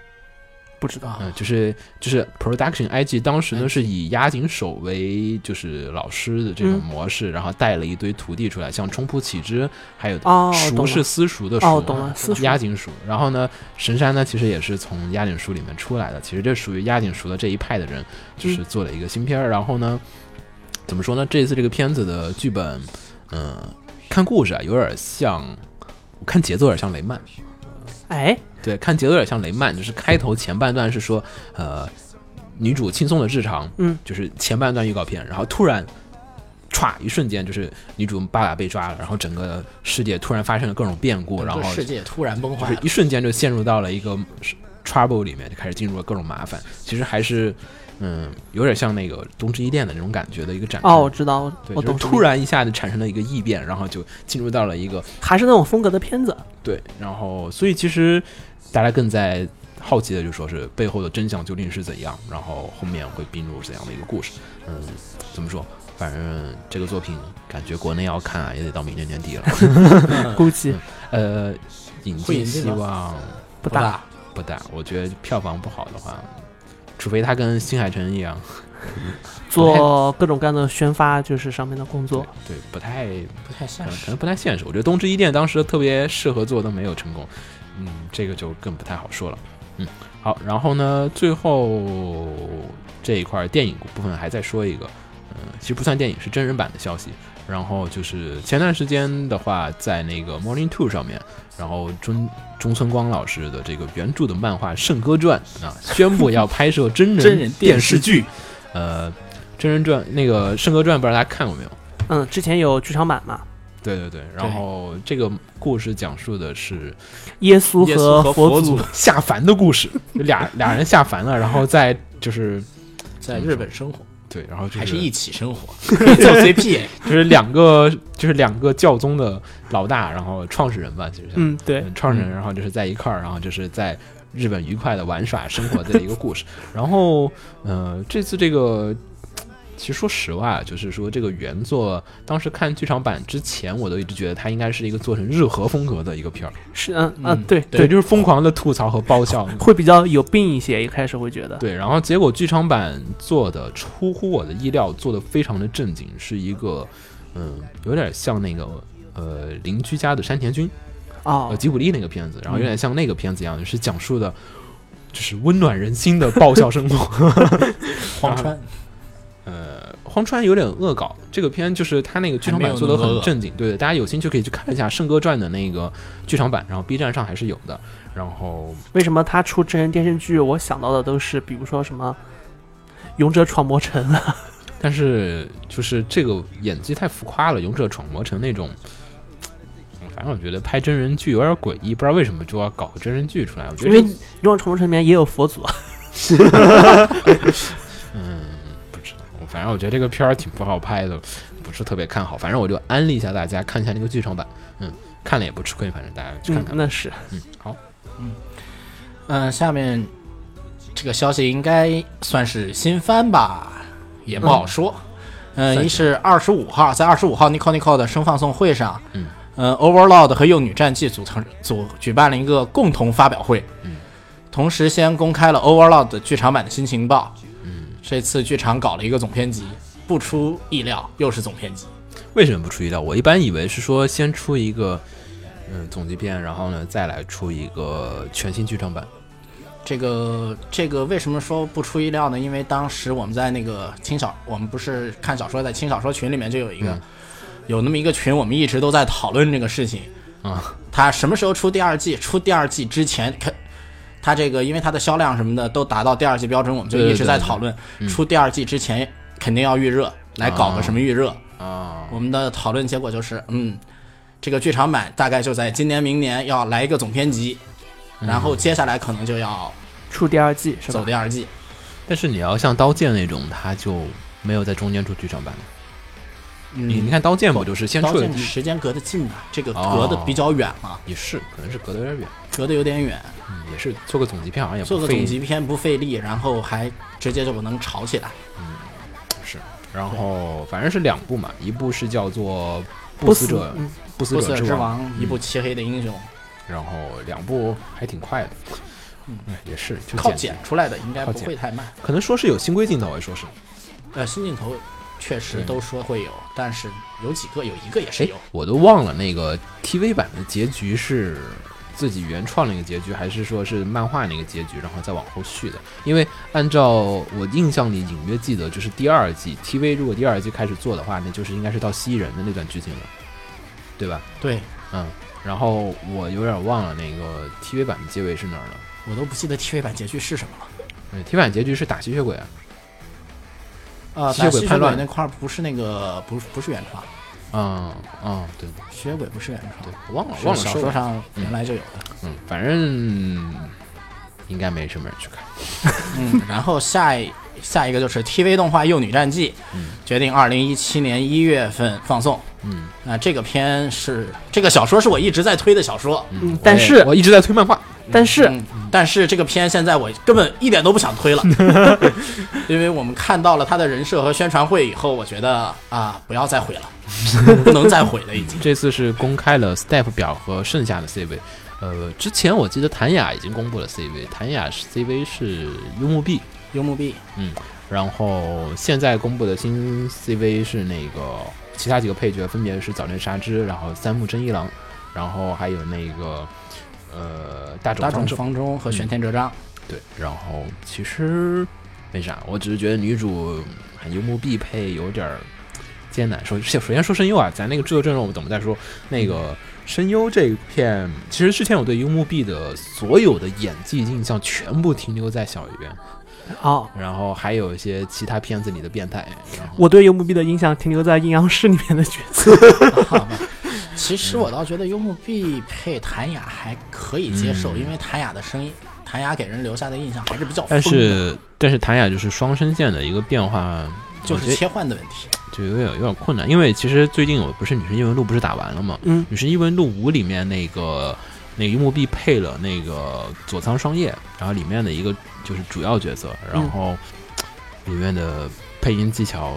Speaker 2: 不知道。
Speaker 1: 嗯，就是就是 Production IG 当时呢是以押井守为就是老师的这种
Speaker 2: 嗯
Speaker 1: 模式，然后带了一堆徒弟出来，像冲浦启之，还有
Speaker 2: 哦，
Speaker 1: 熟
Speaker 2: 懂
Speaker 1: 是
Speaker 2: 了，
Speaker 1: 私塾的熟，啊
Speaker 2: 哦，懂了，私塾
Speaker 1: 押井塾。然后呢，神山呢其实也是从押井塾里面出来的，其实这属于押井塾的这一派的人，
Speaker 2: 嗯
Speaker 1: 就是做了一个新片儿。然后呢，怎么说呢？这次这个片子的剧本，嗯、看故事啊，有点像，我看节奏有点像雷曼。
Speaker 2: 哎，
Speaker 1: 对，看节奏有点像雷曼，就是开头前半段是说，呃，女主轻松的日常，
Speaker 2: 嗯，
Speaker 1: 就是前半段预告片，然后突然，歘，一瞬间就是女主爸爸被抓了，然后整个世界突然发生了各种变故，然
Speaker 3: 整
Speaker 1: 后
Speaker 3: 个世界突嗯然崩
Speaker 1: 就
Speaker 3: 坏
Speaker 1: 是
Speaker 3: 了
Speaker 1: 一。瞬间就陷入到了一个 trouble 里面，就开始进入了各种麻烦。其实还是，嗯，有点像那个东之一恋的那种感觉的一个展开。
Speaker 2: 哦，我知道，我
Speaker 1: 对，
Speaker 2: 我
Speaker 1: 就
Speaker 2: 懂
Speaker 1: 是
Speaker 2: 什么意思。
Speaker 1: 突然一下子产生了一个异变，然后就进入到了一个
Speaker 2: 还是那种风格的片子，
Speaker 1: 对，然后所以其实大家更在好奇的就说是背后的真相究竟是怎样，然后后面会并入怎样的一个故事。嗯，怎么说？反正这个作品感觉国内要看啊，也得到明年年底了。 *laughs* 嗯
Speaker 2: 估计
Speaker 1: 呃，引
Speaker 3: 会
Speaker 1: 进
Speaker 3: 引进
Speaker 1: 希
Speaker 3: 吗
Speaker 1: 望
Speaker 2: 不大。
Speaker 3: 大，
Speaker 1: 不大，我觉得票房不好的话，除非它跟新海诚一样，
Speaker 2: 做各种各样的宣发，就是上面的工作。
Speaker 1: 对，不太
Speaker 3: 不太
Speaker 1: 可
Speaker 3: 现
Speaker 1: 能可
Speaker 3: 实。
Speaker 1: 能不太现实。我觉得东芝一店当时特别适合做，都没有成功，嗯，这个就更不太好说了。嗯，好，然后呢，最后这一块儿电影部分还再说一个，嗯、其实不算电影，是真人版的消息。然后就是前段时间的话，在那个 Morning Two 上面，然后中中村光老师的这个原著的漫画《圣歌传》啊，宣布要拍摄真人
Speaker 3: *laughs* 真人电视
Speaker 1: 剧。呃，真人传那个《圣歌传》，不知道大家看过没有？
Speaker 2: 嗯，之前有剧场版嘛，
Speaker 1: 对对对，然后这个故事讲述的是
Speaker 2: 耶稣
Speaker 3: 耶稣和
Speaker 2: 佛
Speaker 3: 祖
Speaker 1: 下凡的故事，就俩 *laughs* 俩人下凡了，然后再就是
Speaker 3: 在日本生活，
Speaker 1: 对，然后就
Speaker 3: 还
Speaker 1: 是
Speaker 3: 是一起生活，可以做 CP，
Speaker 1: 就是两个就是两个教宗的老大，然后创始人吧，其实像
Speaker 2: 嗯，对，
Speaker 1: 嗯创始人，然后就是在一块儿，然后就是在日本愉快的玩耍生活的一个故事。然后，呃，这次这个。其实说实话，啊就是说这个原作，当时看剧场版之前，我都一直觉得它应该是一个做成日和风格的一个片儿，
Speaker 2: 是嗯啊
Speaker 3: 嗯，
Speaker 2: 对
Speaker 1: 对，，就是疯狂的吐槽和爆笑。
Speaker 2: 会比较有病一些，一开始会觉 *laughs* 得，
Speaker 1: 对，然后结果剧场版做的出乎我的意料，做的非常的正经，是一个，嗯，有点像那个呃邻居家的山田君，呃
Speaker 2: 哦，
Speaker 1: 吉卜力那个片子，然后有点像那个片子一样，是讲述的就是温暖人心的爆笑生活。
Speaker 3: 荒川
Speaker 1: 呃，荒川有点恶搞，这个片就是他那个剧场版做的很正经，对，大家有兴趣可以去看一下《圣歌传》的那个剧场版，然后 B 站上还是有的。然后
Speaker 2: 为什么他出真人电视剧，我想到的都是比如说什么《勇者闯魔城》啊了，
Speaker 1: 但是就是这个演技太浮夸了，《勇者闯魔城》那种，嗯反正我觉得拍真人剧有点诡异，不知道为什么就要搞个真人剧出来。我觉
Speaker 2: 因
Speaker 1: 得
Speaker 2: 为
Speaker 1: 这
Speaker 2: 《勇者闯魔城》里面也有佛祖，啊
Speaker 1: 不知道，反正我觉得这个片儿挺不好拍的，不是特别看好。反正我就安利一下大家看一下那个剧场版，嗯，看了也不吃亏，反正大家去看
Speaker 2: 嗯，
Speaker 1: 看。
Speaker 2: 那是
Speaker 1: 嗯，好，
Speaker 3: 嗯，下面这个消息应该算是新番吧，也不好说。嗯，
Speaker 1: 算
Speaker 3: 一是二十五号，在二十五号 Nico Nico 的声放送会上，
Speaker 1: 嗯
Speaker 3: 呃，Overlord 和幼女战记组成组举办了一个共同发表会，
Speaker 1: 嗯
Speaker 3: 同时先公开了 Overlord 的剧场版的新情报。嗯，这次剧场搞了一个总片集，不出意料又是总片集。
Speaker 1: 为什么不出意料？我一般以为是说先出一个嗯总集篇，然后呢再来出一个全新剧场版。
Speaker 3: 这个这个为什么说不出意料呢？因为当时我们在那个轻小，我们不是看小说，在轻小说群里面就有一个、
Speaker 1: 嗯
Speaker 3: 有那么一个群，我们一直都在讨论这个事情
Speaker 1: 啊。
Speaker 3: 他什么时候出第二季？出第二季之前，他他这个因为它的销量什么的都达到第二季标准，我们就
Speaker 1: 对对
Speaker 3: 一直在
Speaker 1: 对对嗯
Speaker 3: 讨论出第二季之前肯定要预热，来搞个什么预热。
Speaker 1: 啊，
Speaker 3: 我们的讨论结果就是，嗯，这个剧场版大概就在今年明年要来一个总篇集，
Speaker 1: 嗯
Speaker 3: 然后接下来可能就要
Speaker 2: 出第二季是
Speaker 3: 走
Speaker 2: 吧？
Speaker 3: 第二季。
Speaker 1: 但是你要像《刀剑》那种，它就没有在中间出剧场版了。你你看《刀剑》不就是先
Speaker 3: 刀
Speaker 1: 出了
Speaker 3: 剑
Speaker 1: 第
Speaker 3: 的嗯时间隔得近吧，这个
Speaker 1: 哦
Speaker 3: 隔得比较远嘛，
Speaker 1: 也是，可能是隔得有点远，
Speaker 3: 隔得有点远，
Speaker 1: 嗯也是做个总集篇好像也不
Speaker 3: 做个
Speaker 1: 费
Speaker 3: 总集篇不费力，然后还直接就能炒起来。
Speaker 1: 是，然后反正是两部嘛，一部是叫做《
Speaker 2: 不
Speaker 1: 不死
Speaker 2: 死
Speaker 1: 者
Speaker 2: 嗯
Speaker 1: 不死
Speaker 3: 不死
Speaker 1: 者
Speaker 3: 者
Speaker 1: 之
Speaker 3: 之
Speaker 1: 王》，嗯
Speaker 3: 王，一部漆黑的英雄，
Speaker 1: 然后两部还挺快的，嗯，也是就
Speaker 3: 靠
Speaker 1: 剪
Speaker 3: 剪
Speaker 1: 辑，
Speaker 3: 出来的应该
Speaker 1: 靠
Speaker 3: 不
Speaker 1: 剪
Speaker 3: 会太慢。
Speaker 1: 可能说是有新规镜头，也说是，
Speaker 3: 呃，新镜头确实
Speaker 1: 对
Speaker 3: 都说会有，但是有几个有一个也是
Speaker 1: 哎
Speaker 3: 有，，
Speaker 1: 我都忘了那个 TV 版的结局是自己原创那个结局，还是说是漫画那个结局，然后再往后续的？因为按照我印象里隐约记得，就是第二季 TV 如果第二季开始做的话，那就是应该是到蜥蜴人的那段剧情了，对吧？
Speaker 3: 对
Speaker 1: 嗯，然后我有点忘了那个 TV 版的结尾是哪儿了。
Speaker 3: 我都不记得 TV 版结局是什么了。
Speaker 1: 嗯，TV 版结局是打吸血鬼啊，
Speaker 3: 呃，
Speaker 1: 吸血
Speaker 3: 但
Speaker 1: 鬼
Speaker 3: 吸
Speaker 1: 叛
Speaker 3: 血鬼
Speaker 1: 乱
Speaker 3: 那块儿不是那个，不是不是原创，
Speaker 1: 嗯嗯，对
Speaker 3: 吸血鬼不是原创
Speaker 1: 对，，我忘了
Speaker 3: 是
Speaker 1: 忘了
Speaker 3: 小
Speaker 1: 说
Speaker 3: 说
Speaker 1: 了，
Speaker 3: 上原来就有的。
Speaker 1: 嗯，反正应该没什么人去看。
Speaker 3: 嗯，然后下一下一个就是 TV 动画《幼女战记》，决定二零一七年一月份放送。
Speaker 1: 嗯，
Speaker 3: 那、这个片是这个小说是我一直在推的小说，
Speaker 2: 嗯
Speaker 1: 我
Speaker 2: 但
Speaker 1: 也
Speaker 2: 是
Speaker 1: 哎我一直在推漫画，
Speaker 2: 但是
Speaker 3: 嗯但是这个片现在我根本一点都不想推了， *laughs* 因为我们看到了他的人设和宣传会以后，我觉得啊，不要再毁了，不能再毁了已
Speaker 1: *laughs*
Speaker 3: 经。
Speaker 1: 这次是公开了 step 表和剩下的 CV。呃，之前我记得谭雅已经公布了 CV，谭雅是 CV 是幽木碧，
Speaker 3: 幽木碧，
Speaker 1: 然后现在公布的新 CV 是那个其他几个配角分别是早恋纱织，然后三木真一郎，然后还有那个呃大冢
Speaker 3: 大
Speaker 1: 方
Speaker 3: 冢
Speaker 1: 正。
Speaker 3: 方中和玄天哲章，
Speaker 1: 对，然后其实没啥，我只是觉得女主嗯游牧必配有点儿艰难。首首先说声优啊，咱那个制作阵容我们等会再说。那个声优这一片，其实之前我对游牧碧的所有的演技印象全部停留在小圆，
Speaker 2: 哦，
Speaker 1: 然后还有一些其他片子里的变态。然后
Speaker 2: 我对游牧币的印象停留在阴阳师里面的角色，
Speaker 3: 好吧。其实我倒觉得幽木碧配谭雅还可以接
Speaker 1: 嗯
Speaker 3: 受，因为谭雅的声音，谭雅给人留下的印象还是比较
Speaker 1: 但
Speaker 3: 疯的。
Speaker 1: 是但是谭雅就是双声线的一个变化，
Speaker 3: 就
Speaker 1: 我觉
Speaker 3: 是
Speaker 1: 得
Speaker 3: 切换的问题。
Speaker 1: 就有点有点困难，因为其实最近我不是女神异闻录不是打完了吗？
Speaker 2: 嗯
Speaker 1: 女神异闻录五里面那个那个樱木碧配了那个佐仓双叶，然后里面的一个就是主要角色，然
Speaker 2: 嗯
Speaker 1: 后里面的配音技巧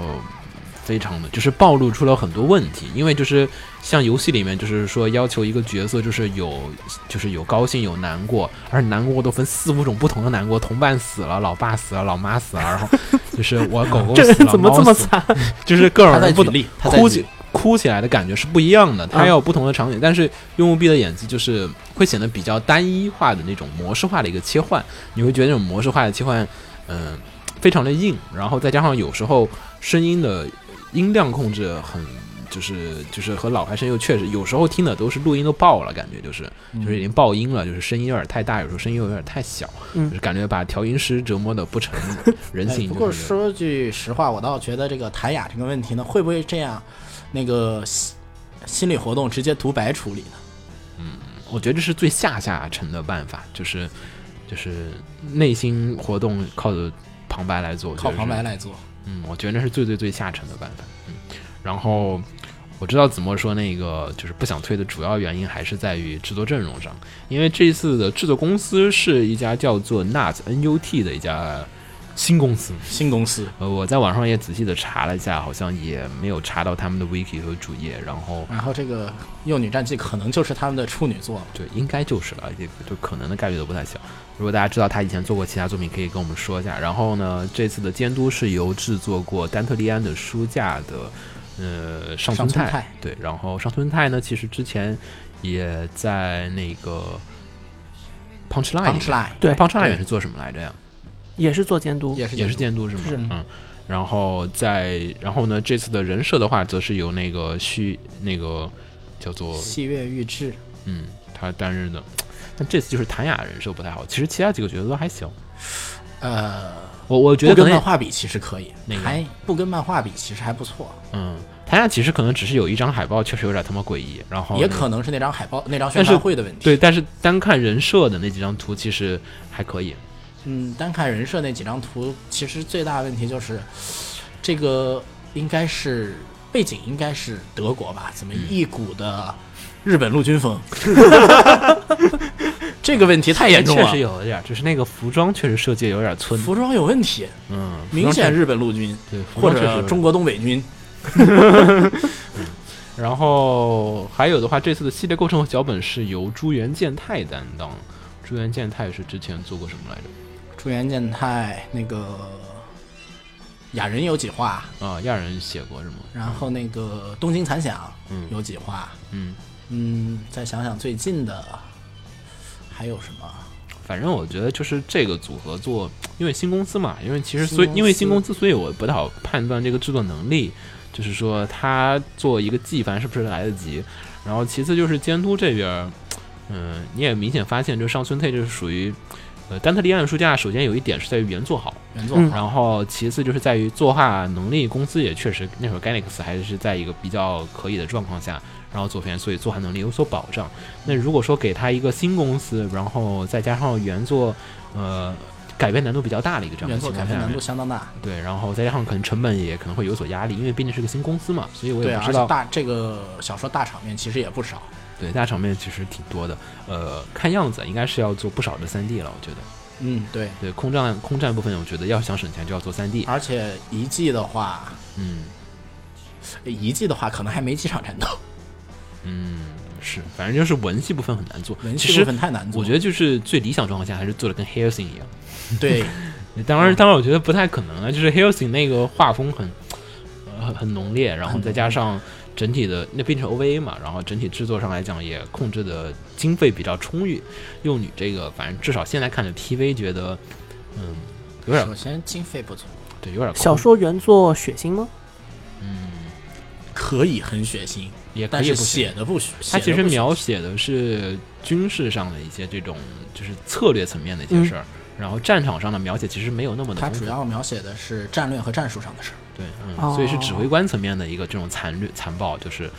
Speaker 1: 非常的就是暴露出了很多问题，因为就是像游戏里面就是说要求一个角色就是有就是有高兴有难过，而难过都分四五种不同的难过，同伴死了，老爸死了，老妈死了，然后就是我狗狗
Speaker 2: *laughs* *laughs* 这
Speaker 1: 死
Speaker 2: 个人
Speaker 1: 了，
Speaker 2: 怎么
Speaker 1: 猫
Speaker 2: 这么
Speaker 1: 死了
Speaker 2: 惨？
Speaker 1: 就是各
Speaker 3: 他
Speaker 1: 种
Speaker 3: 在
Speaker 1: 人
Speaker 3: 举
Speaker 1: 不同
Speaker 3: 例，他在
Speaker 1: 哭
Speaker 3: 举
Speaker 1: 泣
Speaker 3: 例
Speaker 1: 哭起啊来的感觉是不一样的，它要有不同的场景，但是用户币的演技就是会显得比较单一化的那种模式化的一个切换，你会觉得那种模式化的切换，嗯、非常的硬，然后再加上有时候声音的音量控制很。就是就是和老牌声优确实有时候听的都是录音都爆了，感觉就是就是已经爆音了，就是声音有点太
Speaker 3: 嗯
Speaker 1: 大，有时候声音又有点太小，
Speaker 2: 嗯
Speaker 1: 就是感觉把调音师折磨的不成人
Speaker 3: 哎
Speaker 1: 形。
Speaker 3: 不过
Speaker 1: 就是
Speaker 3: 说句实话，我倒觉得这个谭雅这个问题呢，会不会这样，那个心心理活动直接独白处理呢？
Speaker 1: 我觉得这是最下下层的办法，就是就是内心活动靠着旁白来做，我觉
Speaker 3: 靠
Speaker 1: 得
Speaker 3: 旁
Speaker 1: 是
Speaker 3: 白来做，
Speaker 1: 嗯，我觉得那是最最最下沉的办法。嗯，然后我知道子墨说那个就是不想推的主要原因还是在于制作阵容上，因为这一次的制作公司是一家叫做 Nut NUT 的一家新公司。
Speaker 3: 新公司
Speaker 1: 呃，我在网上也仔细的查了一下，好像也没有查到他们的 wiki 和主页，然后
Speaker 3: 然后这个幼女战记可能就是他们的处女作了。
Speaker 1: 对，应该就是了，也就可能的概率都不太小。如果大家知道他以前做过其他作品，可以跟我们说一下。然后呢，这次的监督是由制作过丹特利安的书架的，呃，上村
Speaker 3: 上村
Speaker 1: 泰
Speaker 3: 泰
Speaker 1: 对。然后上村泰呢，其实之前也在那个 Punchline 里
Speaker 3: Punchline
Speaker 2: 对
Speaker 1: Punchline
Speaker 3: 对
Speaker 1: 也是做什么来着呀？
Speaker 2: 也是做监督，
Speaker 3: 也是
Speaker 1: 也是监督是吗？
Speaker 2: 是
Speaker 1: 嗯。然后在然后呢，这次的人设的话，则是由那个虚那个叫做
Speaker 3: 戏月预制，
Speaker 1: 嗯，他担任的。但这次就是谭雅人设不太好，其实其他几个角色都还行。
Speaker 3: 呃，
Speaker 1: 我我觉
Speaker 3: 不
Speaker 1: 得可
Speaker 3: 跟
Speaker 1: 能
Speaker 3: 漫
Speaker 1: 也，
Speaker 3: 画比其实可以
Speaker 1: 哪，个
Speaker 3: 还不跟漫画比其实还不错，
Speaker 1: 嗯，谭雅其实可能只是有一张海报确实有点他妈诡异，然后
Speaker 3: 也
Speaker 1: 那
Speaker 3: 可能是那张海报、那张
Speaker 1: 哦但
Speaker 3: 宣
Speaker 1: 是
Speaker 3: 传会的问题。
Speaker 1: 对，，但是单看人设的那几张图其实还可以。
Speaker 3: 嗯，单看人设那几张图，其实最大的问题就是，这个应该是背景应该是德国吧？怎么
Speaker 1: 嗯
Speaker 3: 一股的日本陆军风？ *laughs* 这个问题太严重
Speaker 1: 哎确实
Speaker 3: 了，
Speaker 1: 有一点，就是那个服装确实设计有点村，
Speaker 3: 服装有问题，
Speaker 1: 嗯，服
Speaker 3: 明
Speaker 1: 装
Speaker 3: 显
Speaker 1: 确实
Speaker 3: 日本陆军
Speaker 1: 对，服
Speaker 3: 或
Speaker 1: 装确实有
Speaker 3: 者
Speaker 1: 点
Speaker 3: 中国东北军。
Speaker 1: 然后还有的话，这次的系列构成和脚本是由朱元健太担当。朱元健太是之前做过什么来着？
Speaker 3: 朱元健太那个雅人有几画，
Speaker 1: 啊，亚人写过是吗？
Speaker 3: 然后那个东京残响
Speaker 1: 嗯
Speaker 3: 有几画，
Speaker 1: 嗯，
Speaker 3: 嗯，再想想最近的还有什么？
Speaker 1: 反正我觉得就是这个组合做，因为新公司嘛，因为其实
Speaker 3: 新
Speaker 1: 所以
Speaker 3: 公司
Speaker 1: 因为新公司，所以我不太好判断这个制作能力，就是说他做一个纪凡是不是来得及。然后其次就是监督这边儿，嗯、你也明显发现，就上村退就是属于，呃，丹特利安的书架，首先有一点是在于原作好，
Speaker 3: 原作、
Speaker 2: 嗯
Speaker 1: 然后其次就是在于作画能力，公司也确实那会儿 Ganex 还是在一个比较可以的状况下，然后做片，所以作画能力有所保障。那如果说给他一个新公司，然后再加上原作，呃，改变难度比较大的一个这样的
Speaker 3: 原作
Speaker 1: 情
Speaker 3: 改
Speaker 1: 况
Speaker 3: 编
Speaker 1: 下
Speaker 3: 难
Speaker 1: 面
Speaker 3: 度，相当大。
Speaker 1: 对，然后再加上可能成本也可能会有所压力，因为毕竟是个新公司嘛，所以我
Speaker 3: 对
Speaker 1: 也
Speaker 3: 啊，
Speaker 1: 不
Speaker 3: 而
Speaker 1: 知
Speaker 3: 且
Speaker 1: 道
Speaker 3: 大这个小说大场面其实也不少。
Speaker 1: 对大场面其实挺多的，呃，看样子应该是要做不少的三 D 了，我觉得。
Speaker 3: 嗯，对。
Speaker 1: 对空战空战部分，我觉得要想省钱就要做三 D，
Speaker 3: 而且一季的话，
Speaker 1: 嗯。
Speaker 3: 一季的话可能还没几场战斗，
Speaker 1: 嗯，是，反正就是文戏部分很难做。
Speaker 3: 文
Speaker 1: 其
Speaker 3: 戏
Speaker 1: 实
Speaker 3: 部分太难做。
Speaker 1: 我觉得就是最理想状况下还是做的跟 Helsing 一样。*laughs*
Speaker 3: 得对，嗯
Speaker 1: 当然，当然，我觉得不太可能啊。就是 Helsing 那个画风很、呃很很浓烈，然后再加上整体的那毕竟是 OVA 嘛，然后整体制作上来讲也控制的经费比较充裕。幼女这个，反正至少现在看着 PV 觉得，嗯，有点
Speaker 3: 首先经费不足，
Speaker 1: 对，有点空
Speaker 2: 小说原作血腥吗？
Speaker 3: 可以很血腥，
Speaker 1: 也可
Speaker 3: 但
Speaker 1: 以
Speaker 3: 是
Speaker 1: 不行
Speaker 3: 写的不血。
Speaker 1: 它其
Speaker 3: 写
Speaker 1: 实
Speaker 3: 得不血
Speaker 1: 描写的是军事上的一些这种就是策略层面的一
Speaker 3: 嗯
Speaker 1: 些事儿，然后战场上的描写其实没有那么的
Speaker 3: 它
Speaker 1: 丰富。
Speaker 3: 主要描写的是战略和战术上的事儿，
Speaker 1: 对，嗯，
Speaker 2: 哦
Speaker 1: 所以是指挥官层面的一个这种残虐残暴，就是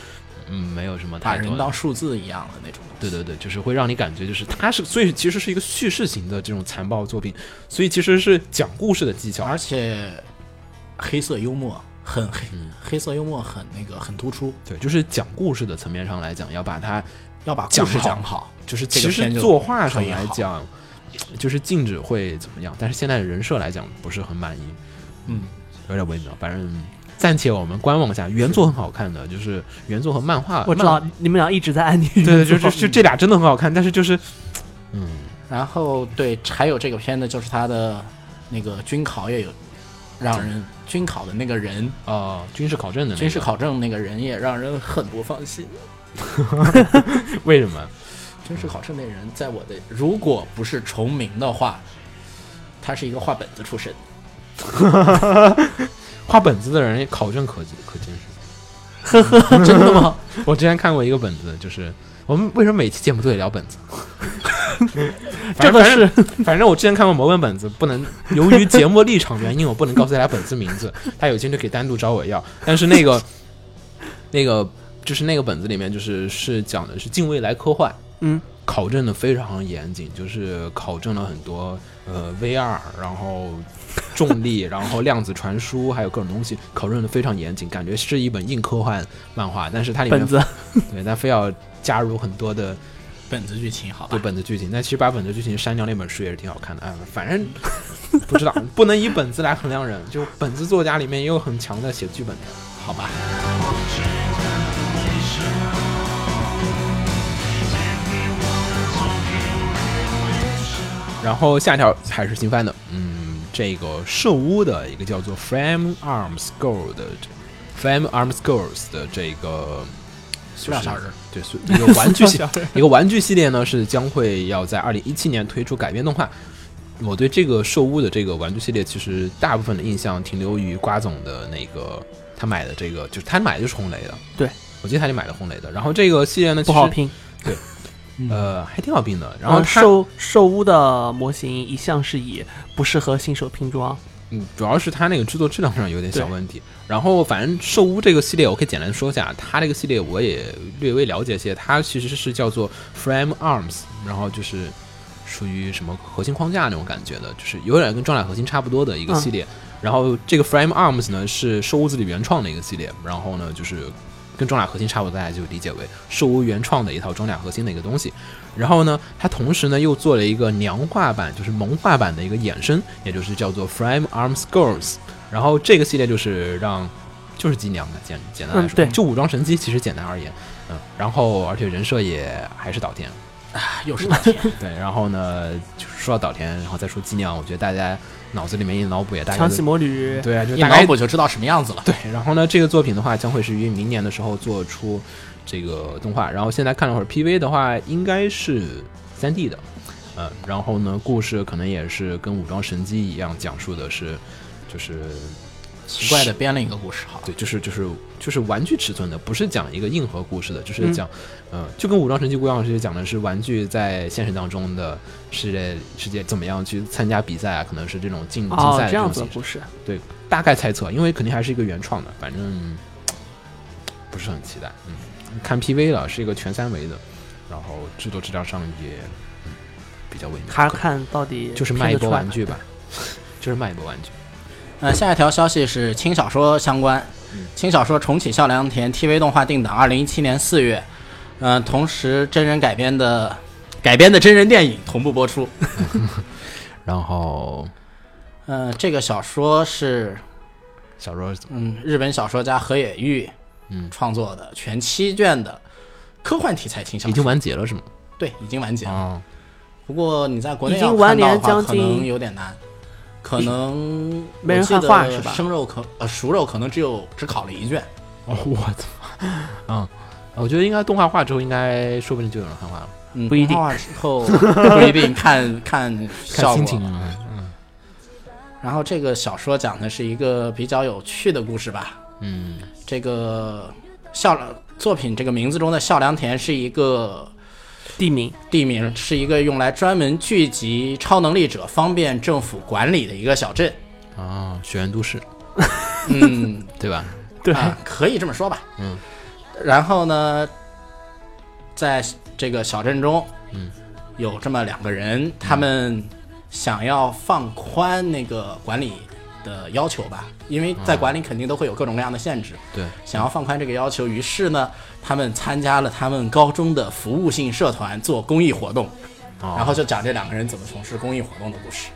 Speaker 1: 嗯没有什么
Speaker 3: 把
Speaker 1: 太多
Speaker 3: 人
Speaker 1: 的
Speaker 3: 当。数字一样的那种
Speaker 1: 对
Speaker 3: 东西。
Speaker 1: 对对，就是会让你感觉就是它是，所以其实是一个叙事型的这种残暴作品，所以其实是讲故事的技巧。
Speaker 3: 而且黑色幽默很黑，黑色幽默很那个很突出，
Speaker 1: 对，就是讲故事的层面上来讲，要把它
Speaker 3: 要把故
Speaker 1: 讲
Speaker 3: 事
Speaker 1: 好
Speaker 3: 讲好。
Speaker 1: 就是
Speaker 3: 这
Speaker 1: 其
Speaker 3: 个
Speaker 1: 实
Speaker 3: 片就
Speaker 1: 作画上
Speaker 3: 可以
Speaker 1: 来
Speaker 3: 好
Speaker 1: 讲，就是静止会怎么样，但是现在的人设来讲不是很满意。
Speaker 3: 嗯，
Speaker 1: 有点微妙，反正暂且我们观望一下。原作很好看的，就是原作和漫画，
Speaker 2: 我知
Speaker 1: 呃漫
Speaker 2: 道你们俩一直在暗地
Speaker 1: 对对，
Speaker 2: *laughs*
Speaker 1: 就就就这俩真的很好看，但是就是，嗯，
Speaker 3: 然后对，还有这个片子就是他的那个军考也有让人军考的那个人，
Speaker 1: 啊，军事考证的那个
Speaker 3: 军事考证那个人也让人很不放心。
Speaker 1: 为什么？
Speaker 3: 军事考证那人在我的如果不是重名的话，他是一个画本子出身。
Speaker 1: 画本子的人考证可可真是。
Speaker 3: 真的吗？
Speaker 1: *laughs* 我之前看过一个本子，就是我们为什么每期节目都得聊
Speaker 3: *laughs*
Speaker 1: 本子？
Speaker 2: 这个是
Speaker 1: 反 *laughs* 正，反正我之前看过某本本子，不能由于节目立场原因，我不能告诉大家本子名字，大家有兴趣可以单独找我要。但是那个那个就是那个本子里面，就是是讲的是近未来科幻，
Speaker 2: 嗯，
Speaker 1: 考证的非常严谨，就是考证了很多呃 VR，然后重
Speaker 2: *laughs*
Speaker 1: 力，然后量子传输，还有各种东西，考证的非常严谨，感觉是一本硬科幻漫画，但是它里面
Speaker 2: *laughs* 本子，
Speaker 1: 对，但非要加入很多的
Speaker 3: 本子剧情好吧
Speaker 1: 对？本子剧情，但其实把本子剧情删掉那本书也是挺好看的。哎，反正 *laughs* 不知道，不能以本子来衡量人，就本子作家里面也有很强的写剧本的，好吧？然后下一条还是新番的，嗯，这个兽屋的一个叫做 Frame Arms Girl 的这 Frame Arms Girls 的这个塑
Speaker 3: 料小人，
Speaker 1: 对，塑一个玩具系一个玩具系列呢是将会要在二零一七年推出改编动画。我对这个兽屋的这个玩具系列，其实大部分的印象停留于瓜总的那个他买的这个，就是他买的就是红雷的，
Speaker 2: 对
Speaker 1: 我记得他就买了红雷的。然后这个系列呢
Speaker 2: 不好，
Speaker 1: 其实
Speaker 2: 拼。
Speaker 1: 呃，还挺好拼的。然后
Speaker 2: 呃
Speaker 1: 它
Speaker 2: 兽兽屋的模型一向是以不适合新手拼装，
Speaker 1: 嗯，主要是它那个制作质量上有点小问题。然后，反正兽屋这个系列，我可以简单说一下，它这个系列我也略微了解一些。它其实是叫做 Frame Arms，然后就是属于什么核心框架那种感觉的，就是有点跟装甲核心差不多的一个系列。然后这个 Frame Arms 呢是兽屋自己原创的一个系列，然后呢就是跟装甲核心差不多，大家就理解为兽屋原创的一套装甲核心的一个东西。然后呢，它同时呢又做了一个娘化版，就是萌化版的一个衍生，也就是叫做 Frame Arms Girls。然后这个系列就是让就是机娘的，简简单来说，
Speaker 2: 嗯对
Speaker 1: 就武装神机其实简单而言，嗯，然后而且人设也还是岛田，
Speaker 3: 又是大天，
Speaker 1: 对，然后呢就是说到岛田，然后再说机娘，我觉得大家脑子里面一脑补也大概
Speaker 2: 强
Speaker 1: 都
Speaker 2: 袭魔女，
Speaker 1: 对啊，就
Speaker 3: 一
Speaker 1: 大概
Speaker 3: 脑补就知道什么样子了。
Speaker 1: 对，然后呢，这个作品的话将会是于明年的时候做出这个动画。然后现在看了会儿 PV 的话，应该是三 D 的，嗯，然后呢，故事可能也是跟《武装神机》一样，讲述的是就是
Speaker 3: 奇怪的编了一个故事，好吧？
Speaker 1: 对，就是就是就是玩具尺寸的，不是讲一个硬核故事的，就是讲，嗯、就跟《武装神奇》一样，是讲的是玩具在现实当中的世界世界怎么样去参加比赛啊，可能是这种竞竞
Speaker 2: 哦
Speaker 1: 赛，的
Speaker 2: 这
Speaker 1: 这
Speaker 2: 样
Speaker 1: 种
Speaker 2: 子的
Speaker 1: 形式。
Speaker 2: 故事，
Speaker 1: 对，大概猜测，因为肯定还是一个原创的，反正不是很期待。嗯，看 PV 了，是一个全三维的，然后制作质量上也、嗯比较微妙，
Speaker 2: 还是
Speaker 1: 可
Speaker 2: 看到底
Speaker 1: 就是卖一波
Speaker 2: 拼得出来
Speaker 1: 玩
Speaker 2: *laughs*
Speaker 1: 具吧，就是卖一波玩具。
Speaker 3: 呃，下一条消息是轻小说相关，
Speaker 2: 嗯
Speaker 3: 轻小说重启《孝良田》TV 动画定档，二零一七年四月。嗯、同时真人改编的改编的真人电影同步播出。
Speaker 1: 然后
Speaker 3: 呃，这个小说是
Speaker 1: 小说怎么
Speaker 3: 嗯日本小说家河野裕
Speaker 1: 嗯
Speaker 3: 创作的全七卷的科幻题材轻小
Speaker 1: 已经
Speaker 3: 说，
Speaker 1: 完结了是吗？
Speaker 3: 对，已经完结了。
Speaker 1: 啊，
Speaker 3: 不过你在国内
Speaker 2: 已经
Speaker 3: 要
Speaker 2: 完
Speaker 3: 看到的
Speaker 2: 年
Speaker 3: 话，
Speaker 2: 将
Speaker 3: 可
Speaker 2: 近
Speaker 3: 能有点难，可能
Speaker 2: 没
Speaker 3: 我
Speaker 2: 人
Speaker 3: 记
Speaker 2: 汉
Speaker 3: 得
Speaker 2: 化是吧
Speaker 3: 生肉可呃熟肉可能只有只考了一卷，
Speaker 1: 哦， *laughs* 我操，嗯。我觉得应该动画化之后，应该说不定就有人汉化了，
Speaker 3: 嗯，
Speaker 2: 不一定
Speaker 3: 动画之后 *laughs* 不一定看看
Speaker 1: 看
Speaker 3: 效
Speaker 1: 心
Speaker 3: 果。
Speaker 1: 情啊。嗯
Speaker 3: 然后这个小说讲的是一个比较有趣的故事吧。
Speaker 1: 嗯
Speaker 3: 这个孝作品这个名字中的孝良田是一个
Speaker 2: 地名，
Speaker 3: 地名，是一个用来专门聚集超能力者，方便政府管理的一个小镇。
Speaker 1: 啊，学院都市
Speaker 3: 嗯，
Speaker 1: *laughs* 对吧？
Speaker 2: 对， *laughs*
Speaker 3: 啊， *laughs* 可以这么说吧。
Speaker 1: 嗯。
Speaker 3: 然后呢，在这个小镇中，嗯，有这么两个人，他们想要放宽那个管理的要求吧，因为在管理肯定都会有各种各样的限制，
Speaker 1: 对，
Speaker 3: 想要放宽这个要求，于是呢，他们参加了他们高中的服务性社团做公益活动。
Speaker 5: 哦
Speaker 3: 然后就讲这两个人怎么从事公益活动的故事。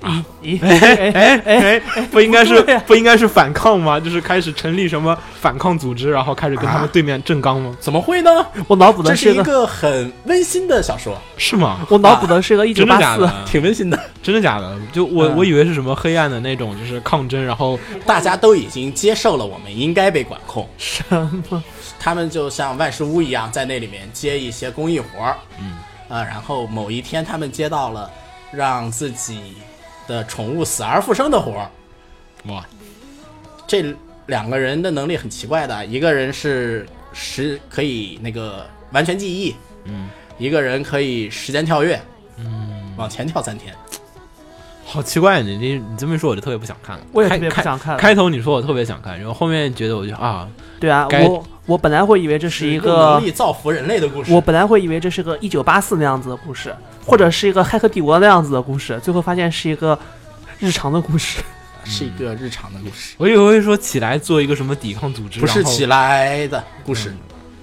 Speaker 2: 咦 *laughs* 哎哎哎，
Speaker 1: 哎，不应该是
Speaker 2: 对啊
Speaker 1: 不应该是反抗吗？就是开始成立什么反抗组织，然后开始跟他们对面正刚吗？
Speaker 3: 怎么会呢？
Speaker 2: 我脑补的
Speaker 3: 这是
Speaker 2: 是
Speaker 3: 一
Speaker 2: 个，
Speaker 3: 个很温馨的小说，
Speaker 1: 啊是吗？
Speaker 2: 我脑补的是个一
Speaker 1: 啊
Speaker 2: 九
Speaker 1: 真的
Speaker 2: 八
Speaker 1: 假
Speaker 2: 四，
Speaker 1: 的？
Speaker 3: 挺温馨的。
Speaker 1: 真的假的？就我
Speaker 3: 嗯
Speaker 1: 我以为是什么黑暗的那种，就是抗争，然后
Speaker 3: 大家都已经接受了我们应该被管控，什么？他们就像万事屋一样，在那里面接一些公益活儿，嗯，啊、然后某一天他们接到了让自己的宠物死而复生的活儿，
Speaker 1: 哇，
Speaker 3: 这两个人的能力很奇怪的，一个人是时可以那个完全记忆，嗯，一个人可以时间跳跃，嗯，往前跳三天，
Speaker 1: 好奇怪，你你你这么一说，我就特别不想看了。
Speaker 2: *laughs* 我也
Speaker 1: 开
Speaker 2: 特别不
Speaker 1: 开
Speaker 2: 想看了
Speaker 1: 开头你说我特别想看，然后后面觉得我就啊，
Speaker 2: 对啊，
Speaker 1: 该
Speaker 2: 我我本来会以为这是一
Speaker 3: 用
Speaker 2: 个
Speaker 3: 能力造福人类的故事。
Speaker 2: 我本来会以为这是个一九八四那样子的故事，或者是一个《骇客帝国》那样子的故事，最后发现是一个日常的故事。
Speaker 3: 是一个日常的故事，
Speaker 1: 我以为会说起来做一个什么抵抗组织，
Speaker 3: 不是
Speaker 1: 嗯然后
Speaker 3: 起来的故事。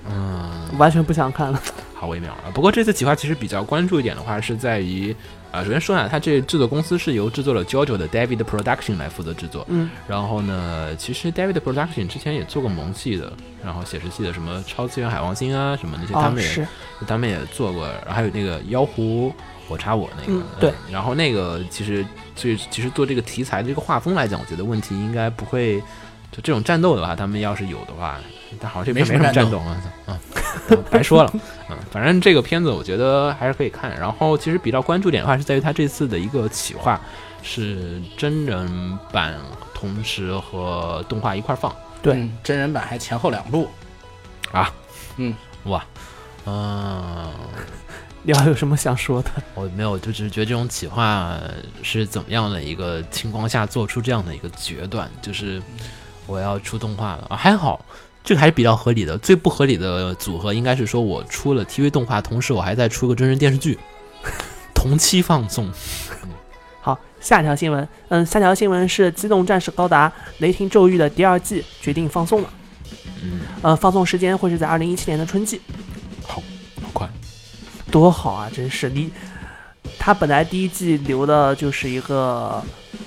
Speaker 1: 嗯
Speaker 2: 完全不想看了。
Speaker 1: 好微妙啊。不过这次企划其实比较关注一点的话，是在于啊、首先说呢，它这制作公司是由制作了 JoJo 的 David Production 来负责制作。
Speaker 2: 嗯，
Speaker 1: 然后呢，其实 David Production 之前也做过萌系的，然后写实系的什么超次元海王星啊什么
Speaker 3: 哦
Speaker 1: 那些，他
Speaker 2: 啊，
Speaker 1: 们也、
Speaker 2: 是
Speaker 1: 他们也做过，然后还有那个妖狐我查我那个，
Speaker 2: 嗯对
Speaker 1: 然后那个其实最其实做这个题材这个画风来讲，我觉得问题应该不会，就这种战斗的话，他们要是有的话，但好像这片
Speaker 3: 没什
Speaker 1: 没
Speaker 3: 么
Speaker 1: 什么战
Speaker 3: 战
Speaker 1: 斗啊，啊， *laughs* 嗯白说了，嗯，反正这个片子我觉得还是可以看，然后其实比较关注点的话是在于他这次的一个企划是真人版，同时和动画一块儿放。
Speaker 2: 对
Speaker 3: 嗯真人版还前后两部，
Speaker 1: 嗯，
Speaker 2: 你要有什么想说的？
Speaker 1: 我没有，就只是觉得这种企划是怎么样的一个情况下做出这样的一个决断，就是我要出动画了，啊、还好。这个还是比较合理的，最不合理的组合应该是说，我出了 TV 动画，同时我还在出个真人电视剧，同期放送。
Speaker 2: 好，下一条新闻，嗯，下条新闻是《机动战士高达：雷霆咒域》的第二季决定放送了。
Speaker 1: 嗯，
Speaker 2: 呃，放送时间会是在二零一七年的春季，
Speaker 1: 好快，
Speaker 2: 多好啊！真是你，他本来第一季留的就是一个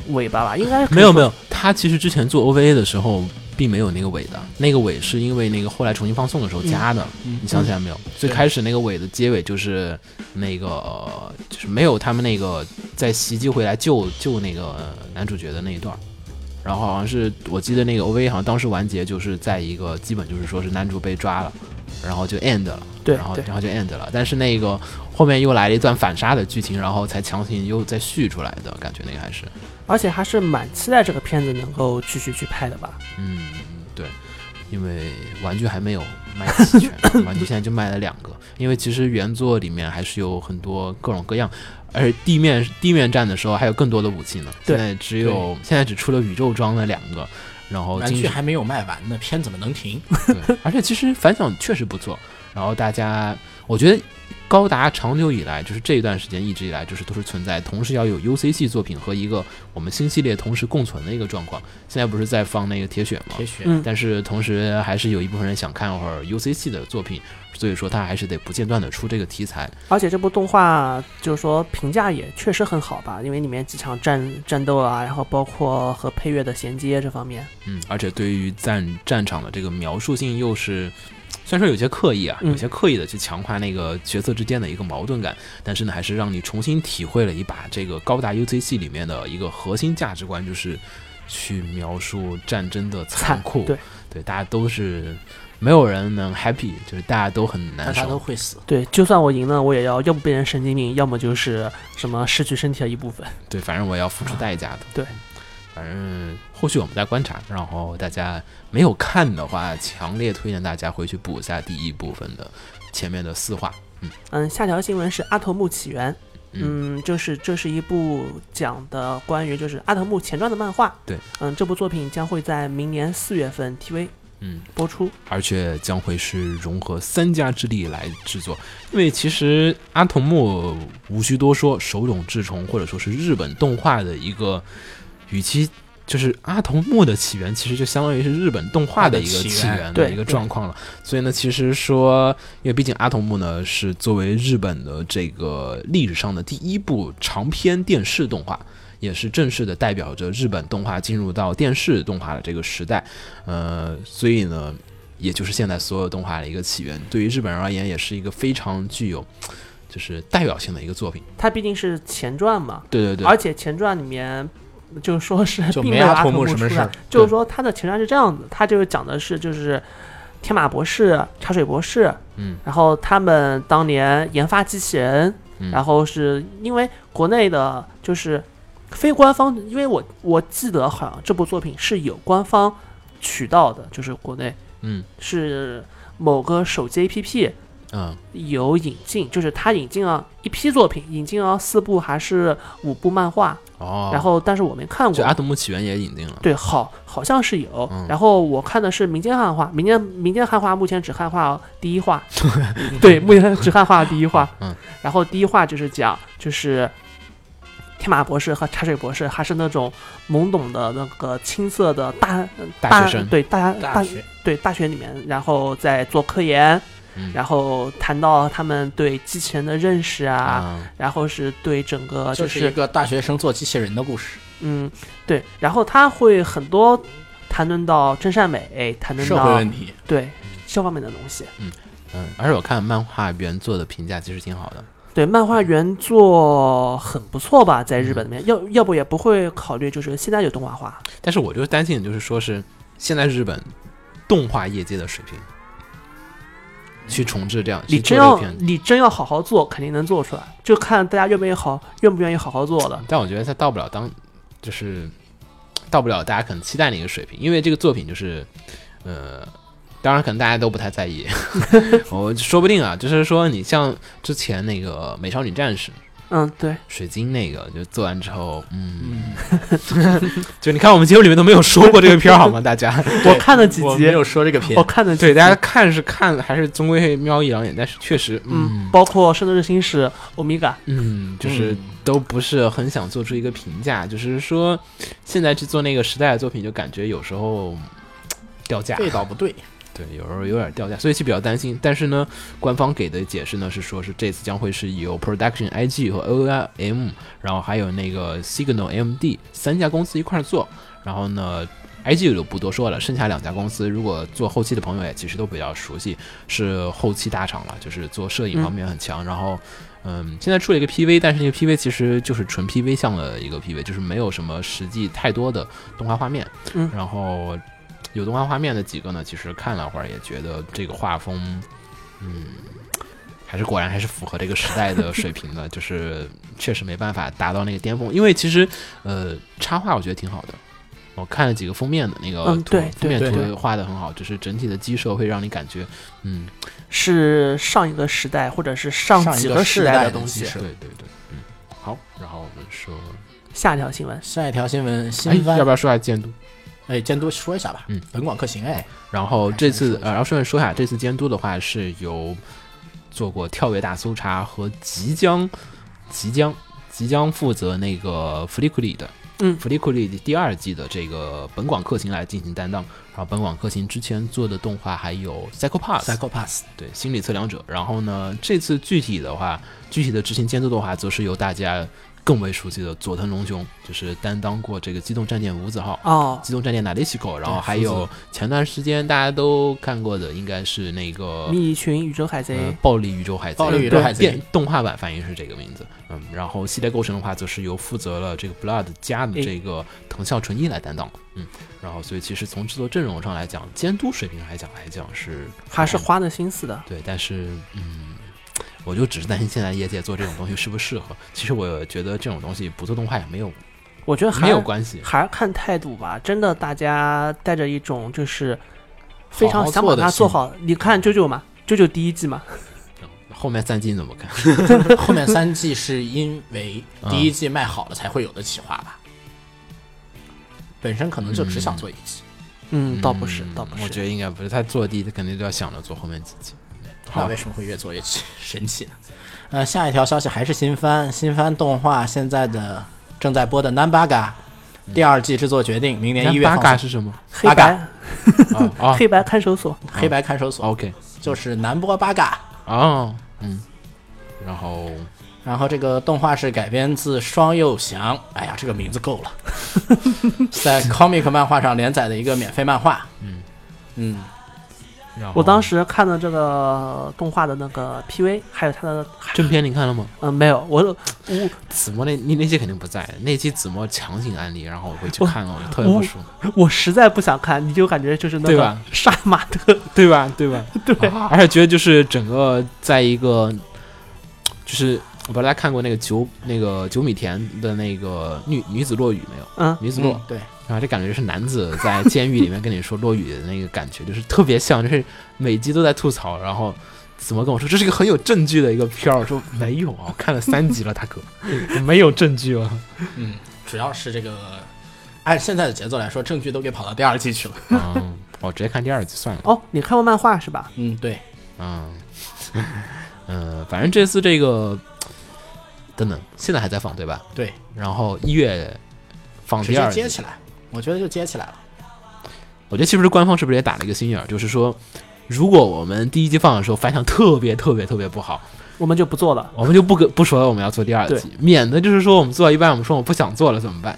Speaker 2: 尾巴吧，应该可以
Speaker 1: 没有
Speaker 2: 说
Speaker 1: 没有，他其实之前做 OVA 的时候并没有那个尾的，那个尾是因为那个后来重新放送的
Speaker 2: 嗯
Speaker 1: 时候加的，你想起来没有？最开始那个尾的结尾就是那个、呃就是没有他们那个在袭击回来救救那个呃男主角的那一段儿。然后好像是我记得那个 OVA 好像当时完结就是在一个基本就是说是男主被抓了，然后就 end 了，
Speaker 2: 对
Speaker 1: 然后
Speaker 2: 对
Speaker 1: 然后就 end 了。但是那个后面又来了一段反杀的剧情，然后才强行又再续出来的感觉，那个还是。
Speaker 2: 而且还是蛮期待这个片子能够继续去拍的吧。
Speaker 1: 嗯，对，因为玩具还没有卖齐全，玩具现在就卖了两个， *laughs* 因为其实原作里面还是有很多各种各样，而地面地面战的时候还有更多的武器呢。
Speaker 2: 对
Speaker 1: 现在只有现在只出了宇宙装的两个，然后
Speaker 3: 玩
Speaker 1: 金
Speaker 3: 具还没有卖完呢，片怎么能停？
Speaker 1: 对，而且其实反响确实不错。然后大家，我觉得高达长久以来，就是这一段时间一直以来，就是都是存在，同时要有 UC 系作品和一个我们新系列同时共存的一个状况。现在不是在放那个铁血吗？
Speaker 3: 铁血
Speaker 2: 嗯
Speaker 1: 但是同时还是有一部分人想看会儿 UC 系的作品，所以说他还是得不间断的出这个题材。
Speaker 2: 而且这部动画就是说评价也确实很好吧，因为里面几场战战斗啊，然后包括和配乐的衔接这方面，
Speaker 1: 嗯，而且对于战战场的这个描述性又是，虽然说有些刻意啊，
Speaker 2: 嗯
Speaker 1: 有些刻意的去强化那个角色之间的一个矛盾感，但是呢，还是让你重新体会了一把这个高达 UCC 里面的一个核心价值观，就是去描述战争的残酷。
Speaker 2: 对
Speaker 1: 对，大家都是没有人能 happy，就是大家都很
Speaker 3: 大
Speaker 1: 难
Speaker 3: 家都
Speaker 1: 受。
Speaker 3: 会死。
Speaker 2: 对，就算我赢了，我也要要么变成神经病，要么就是什么失去身体的一部分。
Speaker 1: 对，反正我要付出代价的。
Speaker 2: 对。
Speaker 1: 反正后续我们再观察，然后大家没有看的话，强烈推荐大家回去补一下第一部分的前面的四话。
Speaker 2: 嗯，下条新闻是《阿童木起源》，嗯，就是这是一部讲的关于就是阿童木前传的漫画。
Speaker 1: 对，
Speaker 2: 嗯，这部作品将会在明年四月份 TV
Speaker 1: 嗯，
Speaker 2: 播出。
Speaker 1: 而且将会是融合三家之力来制作。因为其实阿童木无需多说，手冢治虫或者说是日本动画的一个，与其就是阿童木的起源，其实就相当于是日本动画的一个起源的
Speaker 2: 对
Speaker 1: 一个
Speaker 2: 对
Speaker 1: 状况了。所以呢，其实说，因为毕竟阿童木呢是作为日本的这个历史上的第一部长篇电视动画，也是正式的代表着日本动画进入到电视动画的这个时代。呃，所以呢，也就是现在所有动画的一个起源，对于日本人而言，也是一个非常具有就是代表性的一个作品。
Speaker 2: 它毕竟是前传嘛，
Speaker 1: 对对对，
Speaker 2: 而且前传里面就是说是
Speaker 3: 就
Speaker 2: 并
Speaker 3: 没
Speaker 2: 有
Speaker 3: 阿
Speaker 2: 阿
Speaker 3: 童木
Speaker 2: 木
Speaker 3: 什么
Speaker 2: 出
Speaker 3: 事
Speaker 2: 来
Speaker 3: 儿
Speaker 2: 就是说它的前传是这样子，它就是讲的是就是天马博士、茶水博士，
Speaker 1: 嗯，
Speaker 2: 然后他们当年研发机器人，
Speaker 1: 嗯
Speaker 2: 然后是因为国内的就是非官方，因为我我记得好像这部作品是有官方渠道的，就是国内，
Speaker 1: 嗯，
Speaker 2: 是某个手机 APP，
Speaker 1: 嗯
Speaker 2: 有引进，就是他引进了一批作品，引进了四部还是五部漫画，
Speaker 1: 哦，
Speaker 2: 然后但是我没看
Speaker 1: 就
Speaker 2: 过
Speaker 1: 阿。童木起源也引进了。
Speaker 2: 对，好，好像是有。
Speaker 1: 嗯
Speaker 2: 然后我看的是民间汉化，民间民间汉化目前只汉化第一
Speaker 1: *laughs*
Speaker 2: 话，对，目前只汉化第一话。
Speaker 1: 嗯，
Speaker 2: 然后第一话就是讲，就是天马博士和茶水博士还是那种懵懂的那个青涩的大
Speaker 1: 大学生
Speaker 2: 对大
Speaker 3: 大学
Speaker 2: 对大学里面，然后在做科研，
Speaker 1: 嗯
Speaker 2: 然后谈到他们对机器人的认识啊，
Speaker 1: 啊，
Speaker 2: 然后是对整个
Speaker 3: 这
Speaker 2: 就是
Speaker 3: 一个大学生做机器人的故事，
Speaker 2: 嗯对，然后他会很多谈论到真善美，谈论
Speaker 3: 社会
Speaker 2: 到
Speaker 3: 问题。
Speaker 2: 对这方面的东西。
Speaker 1: 嗯，而且我看漫画原作的评价其实挺好的。
Speaker 2: 对漫画原作很不错吧，在日本那边，
Speaker 3: 嗯
Speaker 2: 要要不也不会考虑，就是现在有动画化，
Speaker 1: 但是我就担心，就是说是现在日本动画业界的水平，去重置这样，
Speaker 2: 你
Speaker 1: 去做这
Speaker 2: 真
Speaker 1: 个
Speaker 2: 要
Speaker 1: 片子。
Speaker 2: 你真要好好做，肯定能做出来，就看大家愿不愿意好，愿不愿意好好做了。
Speaker 1: 但我觉得它到不了当，就是到不了大家可能期待的一个水平，因为这个作品就是，呃，当然可能大家都不太在
Speaker 2: *laughs*
Speaker 1: 意，我说不定啊，就是说你像之前那个《美少女战士》。
Speaker 2: 嗯，对，
Speaker 1: 水晶那个就做完之后，嗯，就你看我们节目里面都没有说过这个片儿好吗？大
Speaker 2: *laughs*
Speaker 1: 家
Speaker 2: 我看了几
Speaker 3: 我没
Speaker 2: 集，
Speaker 3: 有说这个片
Speaker 2: 我，看了几
Speaker 1: 对
Speaker 2: 集，
Speaker 1: 大家看是看了，还是终归会瞄一两眼，但是确实，
Speaker 2: 嗯，
Speaker 1: 嗯
Speaker 2: 包括《圣斗士星矢》欧米伽，
Speaker 1: 嗯，就是
Speaker 3: 嗯
Speaker 1: 都不是很想做出一个评价，就是说现在去做那个时代的作品，就感觉有时候嗯掉价，
Speaker 3: 味道不对。
Speaker 1: 对，有时候有点掉价，所以就比较担心。但是呢，官方给的解释呢是说是这次将会是由 Production IG 和 OIM，然后还有那个 Signal MD 三家公司一块儿做。然后呢，IG 就不多说了，剩下两家公司如果做后期的朋友也其实都比较熟悉，是后期大厂了，就是做摄影方面很强。然后，嗯，现在出了一个 PV，但是那个 PV 其实就是纯 PV 向的一个 PV，就是没有什么实际太多的动画画面。
Speaker 2: 嗯
Speaker 1: 然后有动画画面的几个呢，其实看了会儿也觉得这个画风，嗯，还是果然还是符合这个时代
Speaker 3: *laughs*
Speaker 1: 的水平的，就是确实没办法达到那个巅峰。因为其实呃，插画我觉得挺好的，我看了几个封面的那个
Speaker 2: 嗯
Speaker 1: 图，
Speaker 2: 对
Speaker 1: 封面
Speaker 3: 对对
Speaker 1: 图画的很好，就是整体的基设会让你感觉，嗯，
Speaker 2: 是上一个时代或者是上
Speaker 3: 上一
Speaker 2: 几
Speaker 3: 个
Speaker 2: 个
Speaker 3: 世
Speaker 2: 时
Speaker 3: 代
Speaker 2: 代
Speaker 3: 的
Speaker 2: 东西
Speaker 3: 机。是
Speaker 1: 对对对，嗯，好。然后我们说，
Speaker 2: 下一条新闻，
Speaker 3: 下一条新闻，新
Speaker 1: 哎，
Speaker 3: 番
Speaker 1: 要不要说下监督？
Speaker 3: 哎，监督说一下吧。
Speaker 1: 嗯，
Speaker 3: 本广克行哎，
Speaker 1: 然后这次
Speaker 3: 还是说一，下
Speaker 1: 呃，然后顺便说一下，这次监督的话是由做过《跳跃大搜查》和即将、即将、即将负责那个《弗利库里》的，
Speaker 2: 嗯
Speaker 1: 《弗利库里》第二季的这个本广克行来进行担当。然后本广克行之前做的动画还有《Psycho Pass》，*laughs*
Speaker 3: Psycho Pass
Speaker 1: 对，心理测量者。然后呢，这次具体的话，具体的执行监督的话，则是由大家更为熟悉的佐藤龙雄，就是担当过这个《机动战舰五子号》
Speaker 2: 哦，
Speaker 1: 机动战舰哪里西口，然后
Speaker 3: 对
Speaker 1: 还
Speaker 3: 福子
Speaker 1: 有前段时间大家都看过的，应该是那个
Speaker 2: 密群宇宙海贼
Speaker 1: 呃，暴力宇宙海贼，
Speaker 3: 暴力宇宙海贼
Speaker 1: 电动画版翻译是这个名字，嗯，然后系列构成的话，则是由负责了这个 Blood 家的
Speaker 2: 诶
Speaker 1: 这个藤孝纯一来担当，嗯，然后所以其实从制作阵容上来讲，监督水平来讲来讲是
Speaker 2: 还是花了心思的。
Speaker 1: 对，但是嗯，我就只是担心现在业界做这种东西适不适合，其实我觉得这种东西不做动画也没有
Speaker 2: 我觉得还
Speaker 1: 没有关系，
Speaker 2: 还是看态度吧。真的，大家带着一种就是非常想把它做好。你看啾啾嘛，啾啾第一季嘛，
Speaker 1: 后面三季怎么看？
Speaker 3: 后面三季是因为第一季卖好了才会有的企划吧？本身可能就只想做一季。
Speaker 2: 嗯，倒不是，
Speaker 1: 嗯
Speaker 2: 倒不
Speaker 1: 我觉
Speaker 2: 是。
Speaker 1: 得应该不是，他做第一，他肯定都要想着做后面几集。
Speaker 3: 那啊为什么会越做越气神奇呢？ *laughs* 呃，下一条消息还是新番，新番动画现在的正在播的《Nambaga》第二季制作决定，明年一月
Speaker 1: 八
Speaker 3: 放
Speaker 1: 嘎
Speaker 3: 送。
Speaker 1: 是什么？
Speaker 2: 黑白
Speaker 3: 八嘎
Speaker 1: 啊
Speaker 2: *laughs*
Speaker 1: 啊
Speaker 2: 黑白看守所，
Speaker 3: 黑白看守所
Speaker 1: ，OK
Speaker 3: 就是南波八嘎。
Speaker 1: 啊，嗯，然后
Speaker 3: 然后这个动画是改编自双右翔，哎呀，这个名字 *laughs* 够了，在 Comic 漫画上连载的一个免费漫画。嗯嗯，
Speaker 1: 然后
Speaker 2: 我当时看了这个动画的那个 PV，还有它的，
Speaker 1: 正片你看了吗？
Speaker 2: 嗯，没有，我我
Speaker 1: 子墨那你那期肯定不在，那期子墨强行安利，然后我回去
Speaker 2: 我
Speaker 1: 看了，我就特别不
Speaker 2: 我
Speaker 1: 舒服，
Speaker 2: 我实在不想看，你就感觉就是那
Speaker 1: 对
Speaker 2: 个
Speaker 1: 吧
Speaker 2: 杀马特，
Speaker 1: 对吧？ *laughs* 对吧？
Speaker 2: 对，
Speaker 1: 而且觉得就是整个在一个，就是我不知道大家看过那个九那个九米田的那个女女子落雨没有？
Speaker 2: 嗯，
Speaker 1: 女子落
Speaker 3: 嗯，对，
Speaker 1: 然后啊这感觉就是男子在监狱里面跟你说落雨的那个感觉，就是特别像，就是每集都在吐槽，然后怎么跟我说这是一个很有证据的一个片儿？我说没有啊，我看了三集了，大
Speaker 3: *laughs*
Speaker 1: 哥，没有证据啊。
Speaker 3: 嗯，主要是这个按现在的节奏来说，证据都给跑到第二季去了。
Speaker 1: 嗯，我直接看第二集算了。
Speaker 2: 哦，你看过漫画是吧？
Speaker 3: 嗯，对，
Speaker 1: 嗯，嗯，反正这次这个等等，现在还在放对吧？
Speaker 3: 对。
Speaker 1: 然后一月放
Speaker 3: 直
Speaker 1: 第
Speaker 3: 接
Speaker 1: 二
Speaker 3: 接
Speaker 1: 集，
Speaker 3: 起来，我觉得就接起来了。
Speaker 1: 我觉得其实官方是不是也打了一个心眼儿，就是说，如果我们第一集放的时候反响特别特别特别不好，
Speaker 2: 我们就不做了。
Speaker 1: 我们就不跟不说我们要做第二
Speaker 2: 对
Speaker 1: 集，免得就是说我们做到一半，我们说我不想做了怎么办？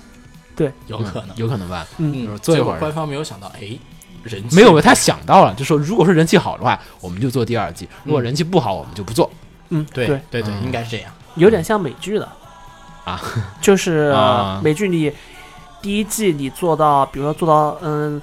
Speaker 3: 有
Speaker 1: 嗯
Speaker 3: 可能，
Speaker 1: 有可能吧？
Speaker 3: 嗯，
Speaker 1: 做一
Speaker 3: 结果
Speaker 1: 会儿
Speaker 3: 官方没有想到，哎，人气
Speaker 1: 没有，他想到了，就说如果说人气好的话，我们就做第二季；如果
Speaker 3: 嗯
Speaker 1: 人气不好，我们就不做。
Speaker 2: 嗯，
Speaker 3: 对
Speaker 2: 对，
Speaker 3: 对对，
Speaker 1: 嗯
Speaker 3: 应该是这样。
Speaker 2: 有点像美剧的
Speaker 1: 啊，
Speaker 2: 就是
Speaker 1: 啊
Speaker 2: 美剧你第一季你做到，比如说做到嗯，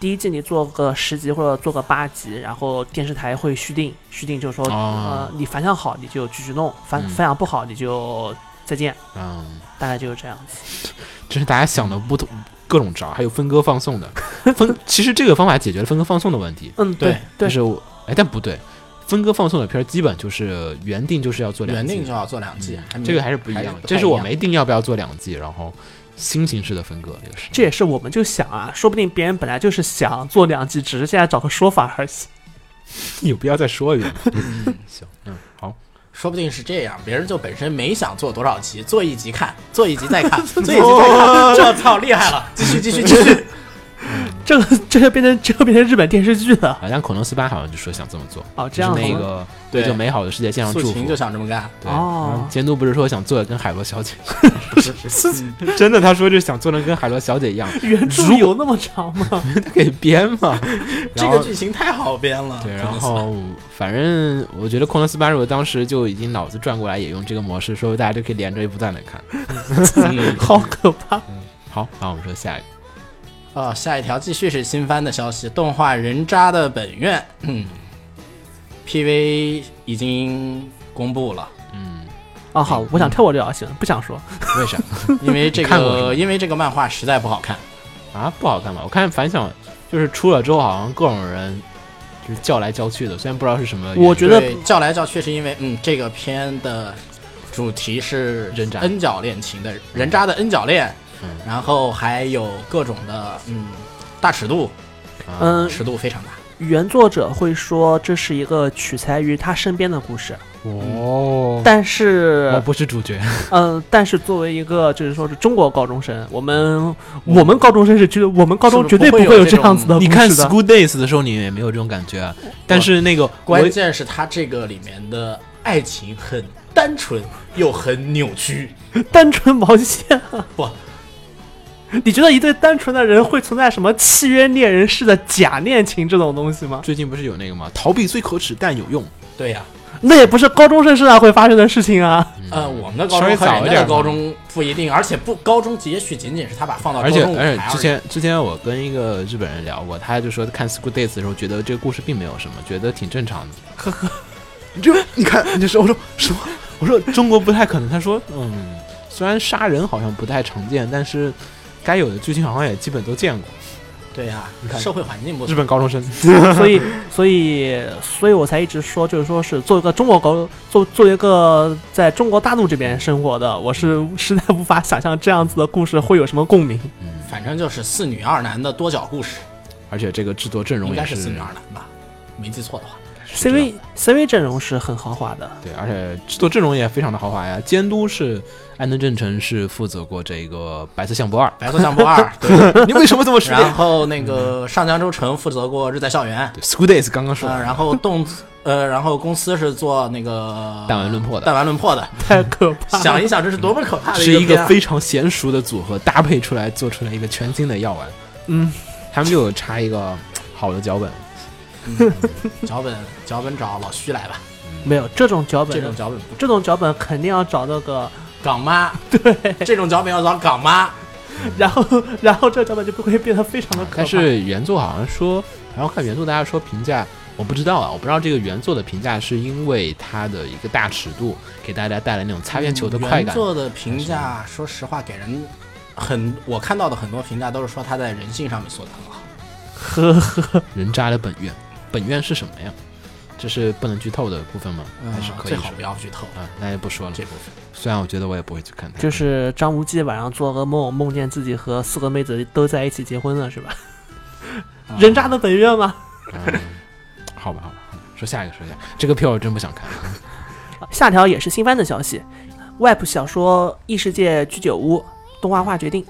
Speaker 2: 第一季你做个十集或者做个八集，然后电视台会续订，续订就是说
Speaker 1: 啊
Speaker 2: 呃你反响好你就继续弄，反
Speaker 1: 嗯
Speaker 2: 反响不好你就再见，
Speaker 1: 嗯，
Speaker 2: 大概就是这样子。
Speaker 1: 真是大家想的不同，各种招，还有分割放送
Speaker 3: *laughs*
Speaker 1: 的分。其实这个方法解决了分割放送的问题，
Speaker 2: 嗯，
Speaker 3: 对
Speaker 1: 就
Speaker 2: 对，
Speaker 1: 是我哎，但不对，分割放送的片儿基本就是原定就是要做两
Speaker 3: 原
Speaker 1: 季，嗯
Speaker 3: 定就要做两季，还没
Speaker 1: 这个还是不一
Speaker 3: 还
Speaker 1: 样
Speaker 3: 是
Speaker 1: 的
Speaker 3: 不。太
Speaker 1: 这是
Speaker 3: 一
Speaker 1: 我
Speaker 3: 样
Speaker 1: 没定要不要做两季，然后新形式的分割这个是。
Speaker 2: 这也是我们就想啊，说不定别人本来就是想做两季，只是现在找个说法而已。
Speaker 3: *laughs*
Speaker 1: 你不要再说一遍。行，嗯，好，
Speaker 3: 说不定是这样，别人就本身没想做多少集，做一集看，做一集再
Speaker 1: *laughs*
Speaker 3: 看，做一集再看，这我操，厉害了！继续继续继续，
Speaker 1: 嗯
Speaker 2: 这个这个变成这个变成日本电视剧了。
Speaker 1: 好像啊恐龙四八好像就说想这么做，
Speaker 2: 哦，
Speaker 1: 就
Speaker 2: 这
Speaker 1: 是
Speaker 2: 样
Speaker 1: 那
Speaker 2: 好吗
Speaker 1: 个
Speaker 3: 对
Speaker 1: 对这美好的世界献上
Speaker 3: 素
Speaker 1: 祝
Speaker 3: 琴就
Speaker 1: 福。
Speaker 3: 想这么干，
Speaker 1: 对，嗯
Speaker 2: 哦
Speaker 1: 监督不是说想做的跟海螺小姐， *laughs* 嗯真的，他说就想做的跟海螺小姐一样，
Speaker 2: 原著有那么
Speaker 1: *laughs*
Speaker 2: 长吗？
Speaker 1: 他 *laughs* 给编 *laughs* 嘛。
Speaker 3: 这
Speaker 1: 然后
Speaker 3: 个剧情太好编了。
Speaker 1: 对，
Speaker 3: 真的 *laughs*
Speaker 1: 然
Speaker 3: 是
Speaker 1: 后反正我觉得《空龙斯巴鲁》当时就已经脑子转过来，也用这个模式，说不定大家就可以连着不断的看。嗯
Speaker 2: 好可怕！
Speaker 1: 好，那我们说下一个，
Speaker 3: 哦，下一条继续是新番的消息，动画《人渣的本愿》PV 已经公布
Speaker 1: *laughs*
Speaker 3: 了，
Speaker 2: 啊，好，我想跳过这条新闻，不想说。
Speaker 1: 为啥 *laughs*
Speaker 3: 因为这
Speaker 1: 你看过是吗
Speaker 3: 个因为这个漫画实在不好看，
Speaker 1: 啊？不好看吧？我看反响就是出了之后，好像各种人就是叫来叫去的，虽然不知道是什么原因。
Speaker 2: 我觉得
Speaker 3: 对叫来叫去是因为嗯，这个片的主题是
Speaker 1: 人渣
Speaker 3: N 角恋情的人渣的 N 角恋，
Speaker 1: 嗯
Speaker 3: 然后还有各种的嗯大尺度，
Speaker 1: 啊
Speaker 2: 嗯，
Speaker 3: 尺度非常大。
Speaker 2: 原作者会说这是一个取材于他身边的故事，
Speaker 1: 哦，
Speaker 2: 但是
Speaker 1: 我，不是主 *laughs* 角，
Speaker 2: 嗯、但是作为一个就是说是中国高中生，我们我们高中嗯生是觉得我们高中绝对
Speaker 3: 是不
Speaker 2: 不
Speaker 3: 会
Speaker 2: 会
Speaker 3: 有这
Speaker 2: 这样
Speaker 3: 种
Speaker 2: 子的故
Speaker 1: 你看《
Speaker 2: 事的。
Speaker 1: School Days》的时候，你也没有这种感觉啊。但是那个我
Speaker 3: 关键是它这个里面的爱情很单纯又很扭曲，
Speaker 2: 单纯毛 *laughs* 线啊！
Speaker 3: 不，
Speaker 2: 你觉得一对单纯的人会存在什么契约恋人式的假恋情这种东西吗？
Speaker 1: 最近不是有那个吗？逃避虽可耻，但有用。
Speaker 3: 对呀、
Speaker 2: 那也不是高中生身上会发生的事情啊！
Speaker 3: 呃，我们的高
Speaker 1: 嗯稍微
Speaker 3: 中和
Speaker 1: 早
Speaker 3: 人
Speaker 1: 一
Speaker 3: 家
Speaker 1: 点嘛
Speaker 3: 的高中不一定，而且不高中也许仅仅是他把放到高
Speaker 1: 而且
Speaker 3: 中舞
Speaker 1: 而
Speaker 3: 台而
Speaker 1: 且之前之前我跟一个日本人聊过，他就说看《School Days》的时候，觉得这个故事并没有什么，觉得挺正常的。呵呵， *laughs* 你就你看，你就说我 *laughs* 说什么？我说中国不太可能。他说嗯，虽然杀人好像不太常见，但是该有的剧情好像也基本都见过。
Speaker 3: 对呀、
Speaker 1: 看
Speaker 3: 社会环境不
Speaker 1: 日本高中生，
Speaker 2: *laughs* 所
Speaker 3: *laughs*
Speaker 2: 以，所以，所以我才一直说，就是说是作为一个中国高，作作为一个在中国大陆这边生活的，我是实在无法想象这样子的故事会有什么共鸣。
Speaker 3: 反正就是四女二男的多角故事，
Speaker 1: *laughs* 而且这个制作阵容
Speaker 3: 应该
Speaker 1: 也
Speaker 3: 是
Speaker 1: 是
Speaker 3: 四女二男吧，没记错的话。
Speaker 6: 知道
Speaker 2: CV CV 阵容是很豪华的，
Speaker 1: 对，而且制作阵容也非常的豪华呀。监督是安藤正成，是负责过这个《白色相簿二
Speaker 3: 白色相
Speaker 1: *laughs*
Speaker 3: 簿二，对，》。
Speaker 1: 你为什么这么熟
Speaker 3: *laughs* 然后那个上江周成负责过日在校园，
Speaker 1: ？School Days 刚刚说
Speaker 3: 呃，然后动呃，然后公司是做那个
Speaker 1: 弹丸论破的，
Speaker 3: 弹丸论
Speaker 1: *laughs*
Speaker 3: 破的，
Speaker 2: 太可怕了。
Speaker 3: 想一想这是多么可怕的
Speaker 1: 是一个
Speaker 3: 个片啊
Speaker 1: 非常娴熟的组合搭配出来，做出来一个全新的药丸。
Speaker 2: 嗯，
Speaker 1: 他们就有插一个好的脚本，
Speaker 3: 脚本脚本找老徐来吧，
Speaker 2: 没有这种脚
Speaker 3: 这
Speaker 2: 本
Speaker 3: 种，脚本
Speaker 2: 这种脚本肯定要找那个，
Speaker 3: 港妈，对，这种脚本要找港妈，
Speaker 2: 然后然后这个脚本就不会变得非常的可怕。
Speaker 1: 但是原作好像说，然后看原作大家说评价，我不知道啊，我不知道这个原作的评价是因为它的一个大尺度给大家带来那种擦边球的快
Speaker 3: 原
Speaker 1: 感，
Speaker 3: 作的评价，说实话给人很，我看到的很多评价都是说他在人性上面做啊得很好。
Speaker 2: 呵呵，
Speaker 1: 人渣的本愿，本愿是什么呀？这是不能剧透的部分吗？还是
Speaker 3: 嗯
Speaker 1: 可以
Speaker 3: 最
Speaker 1: 说
Speaker 3: 好不要剧透
Speaker 1: 啊，那就不说了
Speaker 3: 这。部分。
Speaker 1: 虽然我觉得我也不会去看它，
Speaker 2: 就是张无忌晚上做噩梦，梦见自己和四个妹子都在一起结婚了，是吧？ *laughs*
Speaker 3: 啊
Speaker 2: 人渣的本愿吗？
Speaker 1: 嗯好吧，好吧，说下一个，说下一个这个票我真不想看。
Speaker 2: 下条也是新番的消息，Web 小说《异世界居酒屋》动画化决定，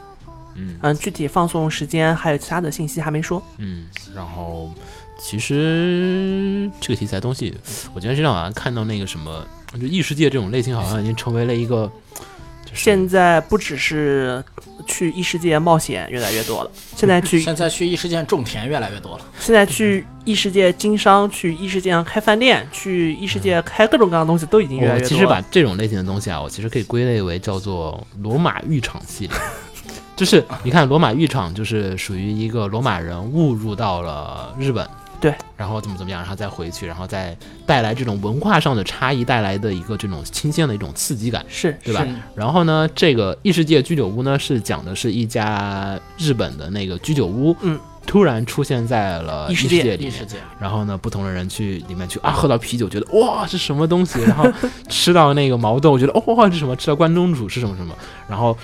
Speaker 1: 嗯
Speaker 2: 嗯，具体放送时间还有其他的信息还没说。
Speaker 1: 嗯，然后其实这个题材东西，我觉得这两晚看到那个什么，就异世界这种类型，好像已经成为了一个，就是
Speaker 2: 现在不只是去异世界冒险越来越
Speaker 1: *laughs*
Speaker 2: 多了，现在去
Speaker 3: 现在去异世界种田越来越多了，
Speaker 2: 现在去异世界经商，去异世界上开饭店，去异世界开各种各样的东西都已经越来
Speaker 1: 我
Speaker 2: 越
Speaker 1: 其
Speaker 2: 多
Speaker 1: 实
Speaker 2: 了
Speaker 1: 把。这种类型的东西啊，我其实可以归类为叫做罗马浴场系列。 *laughs* 就是你看，罗马浴场就是属于一个罗马人误入到了日本，
Speaker 2: 对，
Speaker 1: 然后怎么怎么样，然后再回去，然后再带来这种文化上的差异带来的一个这种新鲜的一种刺激感，
Speaker 2: 是
Speaker 1: 对吧？然后呢，这个异世界居酒屋呢，是讲的是一家日本的那个居酒屋，
Speaker 2: 嗯，
Speaker 1: 突然出现在了
Speaker 2: 异
Speaker 1: 异
Speaker 2: 世
Speaker 1: 世
Speaker 2: 界
Speaker 1: 界里
Speaker 3: 异
Speaker 1: 面，
Speaker 3: 世界
Speaker 1: 然后呢，不同的人去里面去啊，喝到啤酒，觉得哇是什么东西，然
Speaker 3: *laughs*
Speaker 1: 后吃到那个毛豆，觉得哦哇是什么，吃到关东煮是什么什么，然后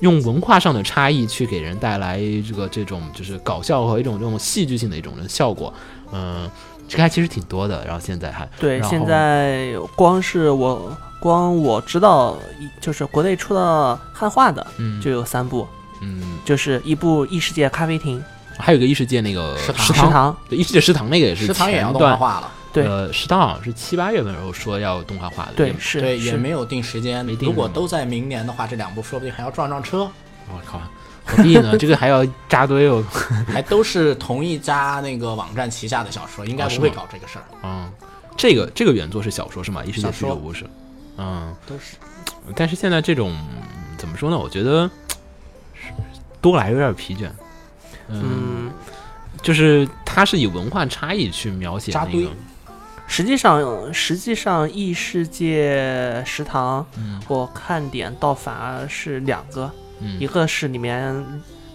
Speaker 1: 用文化上的差异去给人带来这个这种就是搞笑和一种这种戏剧性的一种效果，嗯，这个还其实挺多的。然后现在还
Speaker 2: 对，
Speaker 1: 然后
Speaker 2: 现在光是我光我知道，就是国内出的汉化的
Speaker 1: 嗯
Speaker 2: 就有三部，
Speaker 1: 嗯，
Speaker 2: 就是一部《异世界咖啡厅》
Speaker 1: 还有一个异世界那个
Speaker 3: 食堂
Speaker 1: 食
Speaker 2: 食
Speaker 1: 堂，
Speaker 2: 堂，
Speaker 1: 对异世界食堂那个也是
Speaker 3: 食堂也要
Speaker 1: 前
Speaker 3: 动画
Speaker 1: 段
Speaker 3: 化了，
Speaker 2: 对
Speaker 1: 呃，食堂好像是七八月份的时候说要动画化的，
Speaker 2: 对
Speaker 1: 也
Speaker 2: 是
Speaker 3: 对，也
Speaker 2: 是
Speaker 3: 没有定时间。
Speaker 1: 没定
Speaker 3: 如果
Speaker 1: 是吗
Speaker 3: 都在明年的话，这两部说不定还要撞撞车，
Speaker 1: 我靠，何必呢？这个还要扎堆哦，
Speaker 3: 还都是同一家那个网站旗下的小说，应该
Speaker 1: 啊
Speaker 3: 不
Speaker 1: 是
Speaker 3: 会
Speaker 1: 吗
Speaker 3: 搞这个事儿。
Speaker 1: 啊、这个这个原作是小说是吗？《异世界
Speaker 3: 小
Speaker 1: 居
Speaker 3: 说
Speaker 1: 酒屋》是，嗯，
Speaker 3: 都是
Speaker 1: 但是现在这种嗯怎么说呢？我觉得是多来有点疲倦，嗯，
Speaker 2: 嗯，
Speaker 1: 就是它是以文化差异去描写
Speaker 3: 扎
Speaker 1: 那
Speaker 3: 堆
Speaker 1: 个，
Speaker 2: 实际上实际上异世界食堂，
Speaker 1: 嗯
Speaker 2: 我看点倒反而是两个，一
Speaker 1: 嗯
Speaker 2: 个是里面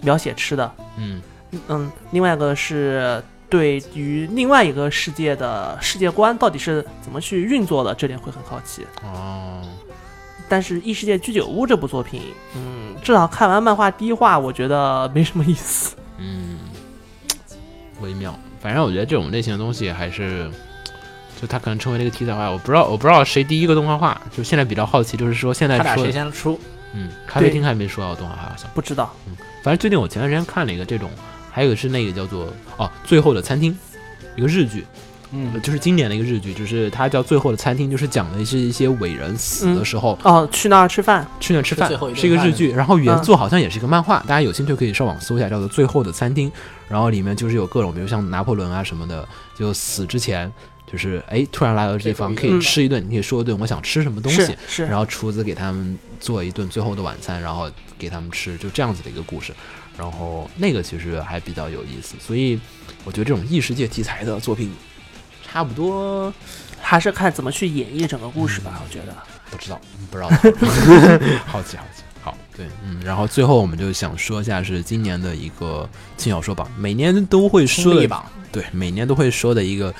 Speaker 2: 描写吃的，
Speaker 1: 嗯
Speaker 2: 嗯，另外一个是对于另外一个世界的世界观到底是怎么去运作的，这点会很好奇。
Speaker 1: 哦，
Speaker 2: 但是《异世界居酒屋》这部作品，嗯，至少看完漫画第一话，我觉得没什么意思。
Speaker 1: 嗯，微妙。反正我觉得这种类型的东西还是，就它可能成为了一个题材化。我不知道，我不知道谁第一个动画化。就现在比较好奇，就是说现在
Speaker 3: 他俩
Speaker 1: 说
Speaker 3: 谁，先出？
Speaker 1: 嗯，咖啡厅还没说要动画化，好像。
Speaker 2: 不知道，
Speaker 1: 反正最近我前段时间看了一个这种，还有是那个叫做哦、最后的餐厅》，一个日剧，呃
Speaker 3: 嗯，
Speaker 1: 就是经典的一个日剧，就是它叫《最后的餐厅》，就是讲的是一些伟人死的时候、
Speaker 2: 哦，去那儿吃饭，
Speaker 1: 去那吃饭
Speaker 3: 嗯最后一，顿
Speaker 1: 是一个
Speaker 3: 饭嗯
Speaker 1: 日剧。然后原作好像也是一个漫画，大家有兴趣可以上网搜一下，叫做《最后的餐厅》。然后里面就是有各种，比如像拿破仑啊什么的，就死之前。就是哎，突然来到这地方，可以
Speaker 2: 嗯
Speaker 1: 吃一顿，你可以说一顿我想吃什么东西
Speaker 2: 是，是
Speaker 1: 然后厨子给他们做一顿最后的晚餐，然后给他们吃，就这样子的一个故事。然后那个其实还比较有意思，所以我觉得这种异世界题材的作品，差不多
Speaker 2: 还是看怎么去演绎整个故事
Speaker 1: 嗯
Speaker 2: 吧。我觉得，
Speaker 1: 不知道，不知道，好奇好奇。好，对，嗯，然后最后我们就想说一下是今年的一个轻小说榜，每年都会说
Speaker 3: 出
Speaker 1: 的
Speaker 3: 力榜，
Speaker 1: 对，每年都会说的一个，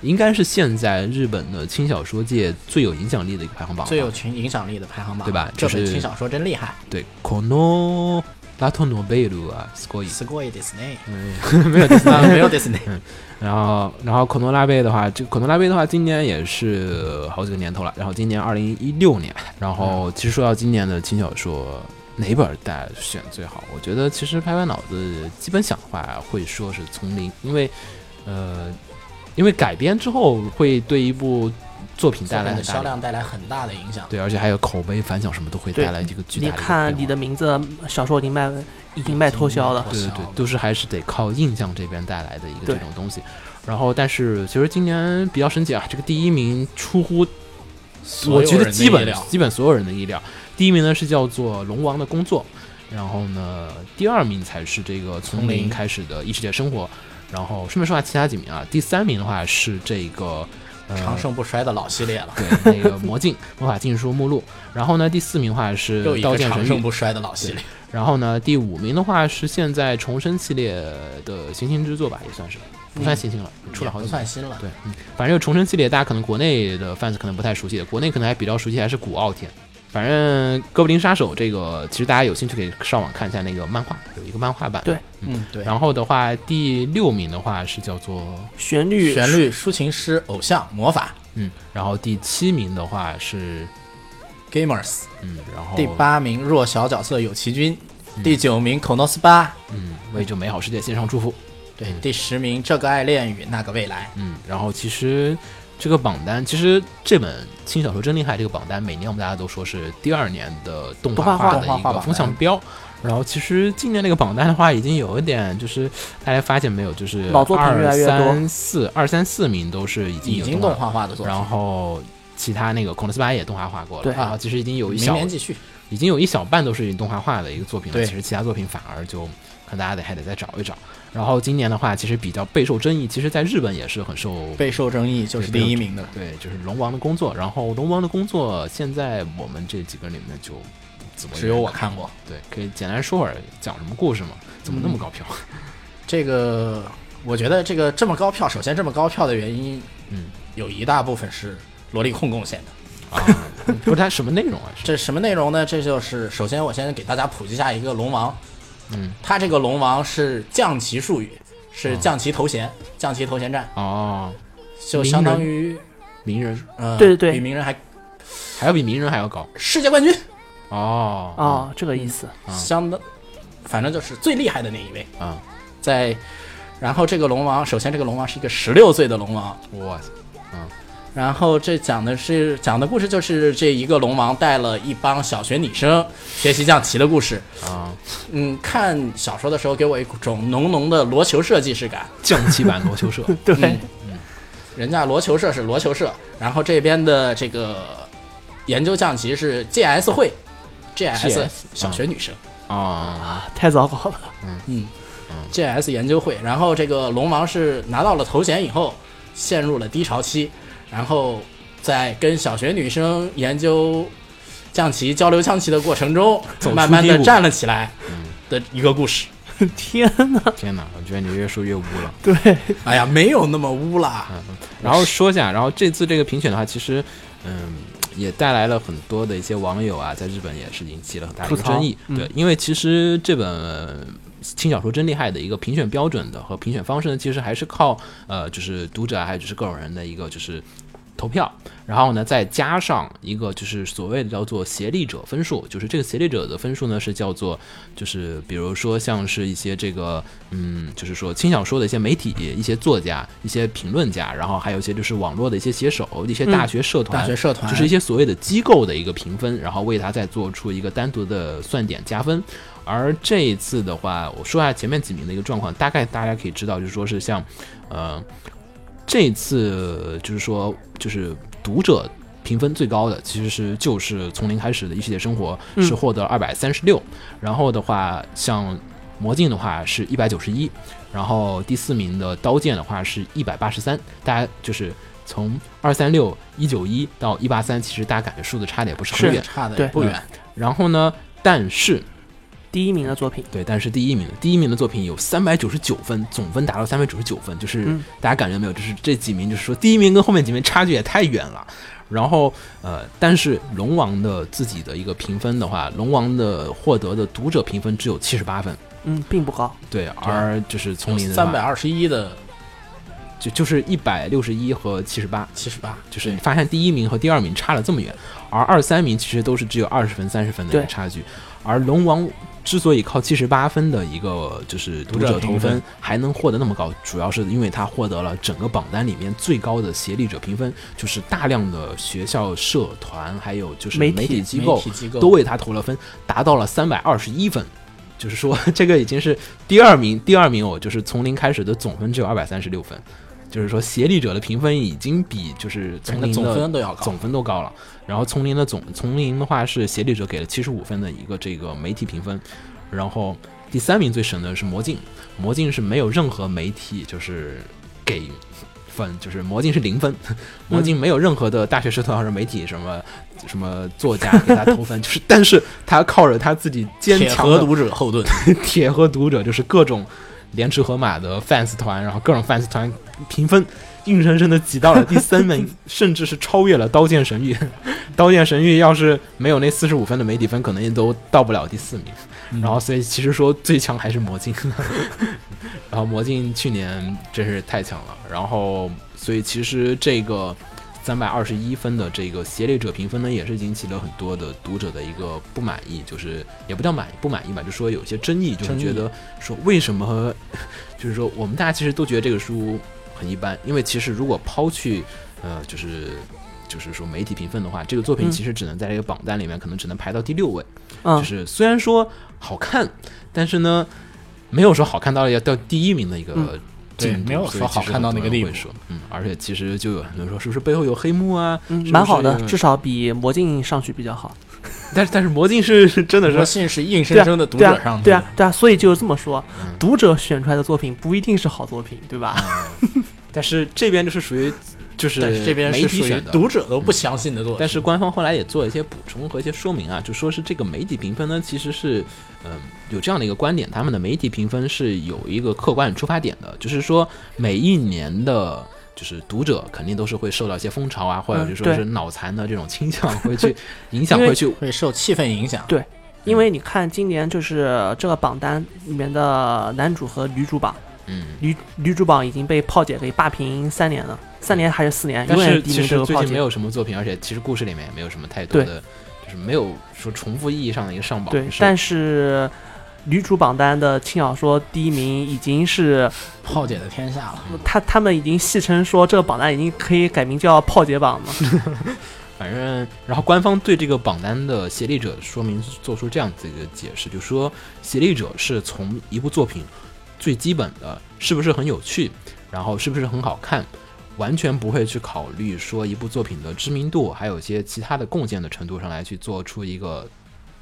Speaker 1: 应该是现在日本的轻小说界最有影响力的一个排行榜吧，
Speaker 3: 最有群影响力的排行榜，
Speaker 1: 对吧
Speaker 3: 这
Speaker 1: 就
Speaker 3: 本
Speaker 1: 是
Speaker 3: 轻小说真厉害，
Speaker 1: 对，この拉托诺贝鲁啊，斯过伊。
Speaker 3: すごいですね。
Speaker 1: 嗯 *laughs* 没
Speaker 3: *laughs*
Speaker 1: 有嗯
Speaker 3: 啊，没有ですね。
Speaker 1: 然后，然后可诺拉贝的话，这可诺拉贝的话，今年也是好几个年头了。然后今年二零一六年，然后其实说到今年的轻小说，哪本大家选最好？我觉得其实拍拍脑子，基本想的话会说是丛林，因为，呃，因为改编之后会对一部作品带来
Speaker 3: 的
Speaker 1: 很大
Speaker 3: 销
Speaker 1: 的
Speaker 3: 量带来很大的影响。
Speaker 1: 对，而且还有口碑反响什么都会带来这个巨大的
Speaker 2: 你
Speaker 1: 一个
Speaker 2: 看
Speaker 1: 变
Speaker 2: 你
Speaker 1: 化
Speaker 2: 的名字小说已经卖已经卖脱销了，
Speaker 1: 对对对
Speaker 3: 小，
Speaker 1: 都是还是得靠印象这边带来的一个
Speaker 2: 对
Speaker 1: 这种东西。然后，但是其实今年比较神奇啊，这个第一名出乎
Speaker 3: 所有
Speaker 1: 我觉得
Speaker 3: 人的
Speaker 1: 基
Speaker 3: 意
Speaker 1: 本
Speaker 3: 料
Speaker 1: 基本所有人的意料。第一名呢是叫做《龙王的工作》，然后呢第二名才是这个从
Speaker 3: 从
Speaker 1: 零
Speaker 3: 零
Speaker 1: 开始的异世界生活。然后顺便说下其他几名啊，第三名的话是这
Speaker 3: *laughs*
Speaker 1: 个呃
Speaker 3: 长盛不衰的老系列了，
Speaker 1: 对那个魔镜魔法禁书目录。然后呢第四名的话是
Speaker 3: 又
Speaker 1: 《
Speaker 3: 一
Speaker 1: 刀
Speaker 3: 个
Speaker 1: 剑
Speaker 3: 长
Speaker 1: 神域》
Speaker 3: 盛不衰的老系列。
Speaker 1: 然后呢，第五名的话是现在重生系列的行星之作吧，也算是不算新星了，出了好
Speaker 3: 也
Speaker 1: 几
Speaker 3: 嗯不
Speaker 1: 年
Speaker 3: 算。新了。
Speaker 1: 对，嗯，反正这个重生系列，大家可能国内的 fans 可能不太熟悉的，国内可能还比较熟悉还是古傲天。反正《哥布林杀手》这个，其实大家有兴趣可以上网看一下那个漫画，有一个漫画版。
Speaker 2: 对
Speaker 3: 嗯，对。
Speaker 1: 然后的话，第六名的话是叫做
Speaker 2: 旋律
Speaker 3: 旋律、抒情诗、偶像、魔法、
Speaker 1: 嗯，然后第七名的话是
Speaker 3: gamers。
Speaker 1: 嗯，然后
Speaker 3: 第八名弱小角色有其君，第九名 Konos 八，
Speaker 1: 嗯，为这美好世界献上祝福。
Speaker 3: 对，第十名这个爱恋与那个未来。
Speaker 1: 嗯，然后其实这个榜单，其实这本轻小说真厉害这个榜单，每年我们大家都说是第二年的动画化的
Speaker 3: 动画
Speaker 1: 一
Speaker 3: 化
Speaker 1: 个
Speaker 3: 榜
Speaker 1: 风向
Speaker 3: 单
Speaker 1: 标。然后其实今年这个榜单的话，已经有一点就是大家发现没有，就是
Speaker 2: 老作品越来越多
Speaker 1: 二三四二三四名都是已经
Speaker 3: 已
Speaker 1: 有
Speaker 3: 经
Speaker 1: 动
Speaker 3: 动画化的作品，
Speaker 1: 然后其他那个《孔德斯巴》也动画化过了，
Speaker 2: 对
Speaker 1: 然后其实已经有一
Speaker 3: 明
Speaker 1: 小
Speaker 3: 年继续。
Speaker 1: 已经有一小半都是动画化的一个作品了，
Speaker 3: 对
Speaker 1: 其实其他作品反而就可能大家得还得再找一找。然后今年的话，其实比较备受争议，其实在日本也是很受
Speaker 3: 备受争议就是第一名的了。
Speaker 1: 对，就是龙王的工作。然后龙王的工作，现在我们这几个里面就怎么
Speaker 3: 只有我看过
Speaker 1: 对，可以简单说会儿讲什么故事吗？怎么那么高票？
Speaker 3: 这个，我觉得这个这么高票，首先这么高票的原因，
Speaker 1: 嗯，
Speaker 3: 有一大部分是萝莉控贡献的。
Speaker 1: 啊，不是它什么内容啊？是
Speaker 3: 这什么内容呢？这就是首先我先给大家普及一下一个龙王，
Speaker 1: 嗯，
Speaker 3: 他这个龙王是将棋术语，是将棋头衔，将棋头衔战，
Speaker 1: 哦，
Speaker 3: 就相当于
Speaker 1: 名人
Speaker 3: 呃，
Speaker 2: 对对对
Speaker 3: 比名人还
Speaker 1: 哦还要比名人还要高
Speaker 3: 世界冠军，
Speaker 1: 哦
Speaker 2: 啊，这个意思。
Speaker 1: 啊
Speaker 3: 相当，反正就是最厉害的那一位
Speaker 1: 啊！
Speaker 3: 在，然后这个龙王，首先这个龙王是一个十六岁的龙王，
Speaker 1: 哇塞，
Speaker 3: 然后这讲的是讲的故事就是这一个龙王带了一帮小学女生学习象棋的故事。
Speaker 1: 啊，
Speaker 3: 嗯，看小说的时候给我一种浓浓的罗球社既视感。
Speaker 1: 降级版罗修社
Speaker 2: 对，
Speaker 3: 嗯，人家罗球社是罗球社，然后这边的这个研究象棋是 GS 会，GS 小学女生，
Speaker 1: 啊，
Speaker 2: 太糟糕了。 *laughs*
Speaker 3: 嗯，GS 研究会。然后这个龙王是拿到了头衔以后，陷入了低潮期，然后在跟小学女生研究象棋、交流象棋的过程中
Speaker 1: 走，出
Speaker 3: 慢慢
Speaker 1: 低
Speaker 3: 的
Speaker 1: 谷
Speaker 3: 站了起来的一个故事。
Speaker 2: 天哪，
Speaker 1: 天哪，我觉得你越说越污了。
Speaker 2: 对，
Speaker 1: 嗯
Speaker 3: 哎呀，没有那么污啦。
Speaker 1: 啊然后说一下，然后这次这个评选的话，其实，嗯，也带来了很多的一些网友啊，在日本也是引起了很大的一
Speaker 2: 吐
Speaker 1: 个
Speaker 2: 槽
Speaker 1: 争议。
Speaker 2: 嗯
Speaker 1: 对，因为其实这本呃轻小说真厉害的一个评选标准的和评选方式呢，其实还是靠呃，就是读者啊还有就是各种人的一个就是投票，然后呢再加上一个就是所谓的叫做协力者分数，就是这个协力者的分数呢是叫做就是比如说像是一些这个嗯，就是说轻小说的一些媒体、一些作家、一些评论家，然后还有一些就是网络的一些写手、一些大学社团、
Speaker 3: 嗯大学社团
Speaker 1: 啊就是一些所谓的机构的一个评分，然后为它再做出一个单独的算点加分。而这一次的话，我说一下前面几名的一个状况，大概大家可以知道，就是说是像，呃，这次就是说就是读者评分最高的其实是就是从零开始的异世界生活
Speaker 2: 嗯
Speaker 1: 是获得二百三十六，然后的话像魔镜的话是一百九十一，然后第四名的刀剑的话是一百八十三，大家就是。从二三六一九一到一八三，其实大家感觉数字差的也不是很
Speaker 2: 是
Speaker 1: 远。
Speaker 3: 差的
Speaker 2: 对
Speaker 3: 也不远，
Speaker 1: 然后呢，但是
Speaker 2: 第一名的作品，
Speaker 1: 对，但是第一名的第一名的作品有三百九十九分，总分达到三百九十九分，就是
Speaker 2: 嗯
Speaker 1: 大家感觉没有？就是这几名，就是说第一名跟后面几名差距也太远了。然后呃，但是龙王的自己的一个评分的话，龙王的获得的读者评分只有七十八分，
Speaker 2: 嗯，并不高。
Speaker 1: 对，而就是丛嗯林的
Speaker 3: 三
Speaker 1: 话
Speaker 3: 百二十一的
Speaker 1: 就就是一百六十一和七十八，
Speaker 3: 七十八，嗯
Speaker 1: 就是你发现第一名和第二名差了这么远，而二三名其实都是只有二十分、三十分的一个
Speaker 2: 对
Speaker 1: 差距。而龙王之所以靠七十八分的一个就是读
Speaker 3: 读者
Speaker 1: 者
Speaker 3: 评
Speaker 1: 评
Speaker 3: 分
Speaker 1: 分还能获得那么高，主要是因为他获得了整个榜单里面最高的协力者评分，就是大量的学校、社团还有就是
Speaker 2: 媒
Speaker 1: 媒
Speaker 2: 体
Speaker 1: 体机
Speaker 3: 媒
Speaker 1: 构
Speaker 3: 体机构
Speaker 1: 都为他投了分，达到了三百二十一分。就是说， *laughs* 这个已经是第二名，第二名哦，就是从零开始的总分只有二百三十六分，就是说协力者的评分已经比就是
Speaker 3: 整
Speaker 1: 丛
Speaker 3: 个
Speaker 1: 林
Speaker 3: 总
Speaker 1: 的
Speaker 3: 分都要高
Speaker 1: 总分都高了。然后丛林的总丛林的话是协力者给了七十五分的一个这个媒体评分，然后第三名最神的是魔镜，魔镜是没有任何媒体就是给分，就是魔镜是零
Speaker 3: *laughs*
Speaker 1: 分，魔镜没有任何的大学社团或者媒体什么什么作家给他投分，就是但是他靠着他自己坚
Speaker 3: 铁
Speaker 1: 强
Speaker 3: 盒
Speaker 1: 的
Speaker 3: 读者后盾，
Speaker 1: 铁和读者，就是各种连池河马的 fans 团，然后各种 fans 团评分，硬生生的挤到了第三
Speaker 3: *laughs*
Speaker 1: 名，甚至是超越了《刀剑神域》。《刀剑神域》要是没有那四十五分的媒体分，可能也都到不了第四名。
Speaker 3: 嗯
Speaker 1: 然后，所以其实说最强还是魔镜。 *laughs* 然后魔镜去年真是太强了。然后，所以其实这个。三百二十一分的这个协力者评分呢，也是引起了很多的读者的一个不满意，就是也不叫满意不满意吧，就说有些争议，就是
Speaker 3: 争议
Speaker 1: 觉得说为什么， *laughs* 就是说我们大家其实都觉得这个书很一般，因为其实如果抛去呃就是就是说媒体评分的话，这个作品
Speaker 2: 嗯
Speaker 1: 其实只能在这个榜单里面可能只能排到第六位，
Speaker 2: 嗯
Speaker 1: 就，是虽然说好看，但是呢，没有说好看到要到第一名的一个
Speaker 2: 嗯
Speaker 1: 进度、
Speaker 3: 对没有
Speaker 1: 所以
Speaker 3: 说
Speaker 1: 其实
Speaker 3: 好看到那个地步
Speaker 1: 很多人会说，嗯，而且其实就有很多人说是不是背后有黑幕啊？
Speaker 2: 嗯
Speaker 1: 是不是
Speaker 2: 蛮好的，
Speaker 1: 有
Speaker 2: 至少比魔镜上去比较好。
Speaker 1: 但是但是魔镜是 *laughs* 是真的
Speaker 3: 我
Speaker 1: 是
Speaker 3: 信是硬生生的读
Speaker 2: 对
Speaker 3: 者上
Speaker 2: 啊，
Speaker 3: 去
Speaker 2: 对啊，对啊，所以就是这么说
Speaker 1: 嗯，
Speaker 2: 读者选出来的作品不一定是好作品，对吧？
Speaker 1: 但是这边就是属于就是
Speaker 3: 但是这边
Speaker 1: 媒
Speaker 3: 是
Speaker 1: 体
Speaker 3: 属于
Speaker 1: 啊选的。嗯
Speaker 3: 读者都不相信的作品，
Speaker 1: 但是官方后来也做了一些补充和一些说明啊，就说是这个媒体评分呢，其实是，嗯、有这样的一个观点，他们的媒体评分是有一个客观出发点的，就是说每一年的。就是读者肯定都是会受到一些风潮啊，或者就说
Speaker 2: 嗯对
Speaker 1: 是脑残的这种倾
Speaker 2: *laughs*
Speaker 1: 向会去影响，
Speaker 2: 因为
Speaker 1: 会去
Speaker 3: 会受气氛影响。
Speaker 2: 因为你看今年就是这个榜单里面的男主和女主榜，
Speaker 1: 嗯。
Speaker 2: 女女主榜已经被炮姐给霸屏三年了，三年还是四年，
Speaker 1: 但
Speaker 2: 永
Speaker 1: 是
Speaker 2: 远第一
Speaker 1: 其
Speaker 2: 名这
Speaker 1: 实
Speaker 2: 个
Speaker 1: 最
Speaker 2: 炮
Speaker 1: 近没
Speaker 2: 姐。
Speaker 1: 有什么作品，而且其实故事里面也没有什么太多
Speaker 2: 对
Speaker 1: 的，就是没有说重复意义上的一个上榜。
Speaker 2: 对
Speaker 1: 是，
Speaker 2: 但是女主榜单的轻小说第一名已经是
Speaker 3: 炮姐的天下了，
Speaker 2: 他他们已经戏称说这个榜单已经可以改名叫炮姐榜了。
Speaker 1: 反正，然后官方对这个榜单的协力者说明做出这样子一个解释，就说协力者是从一部作品最基本的是不是很有趣，然后是不是很好看，完全不会去考虑说一部作品的知名度，还有一些其他的贡献的程度上来去做出一个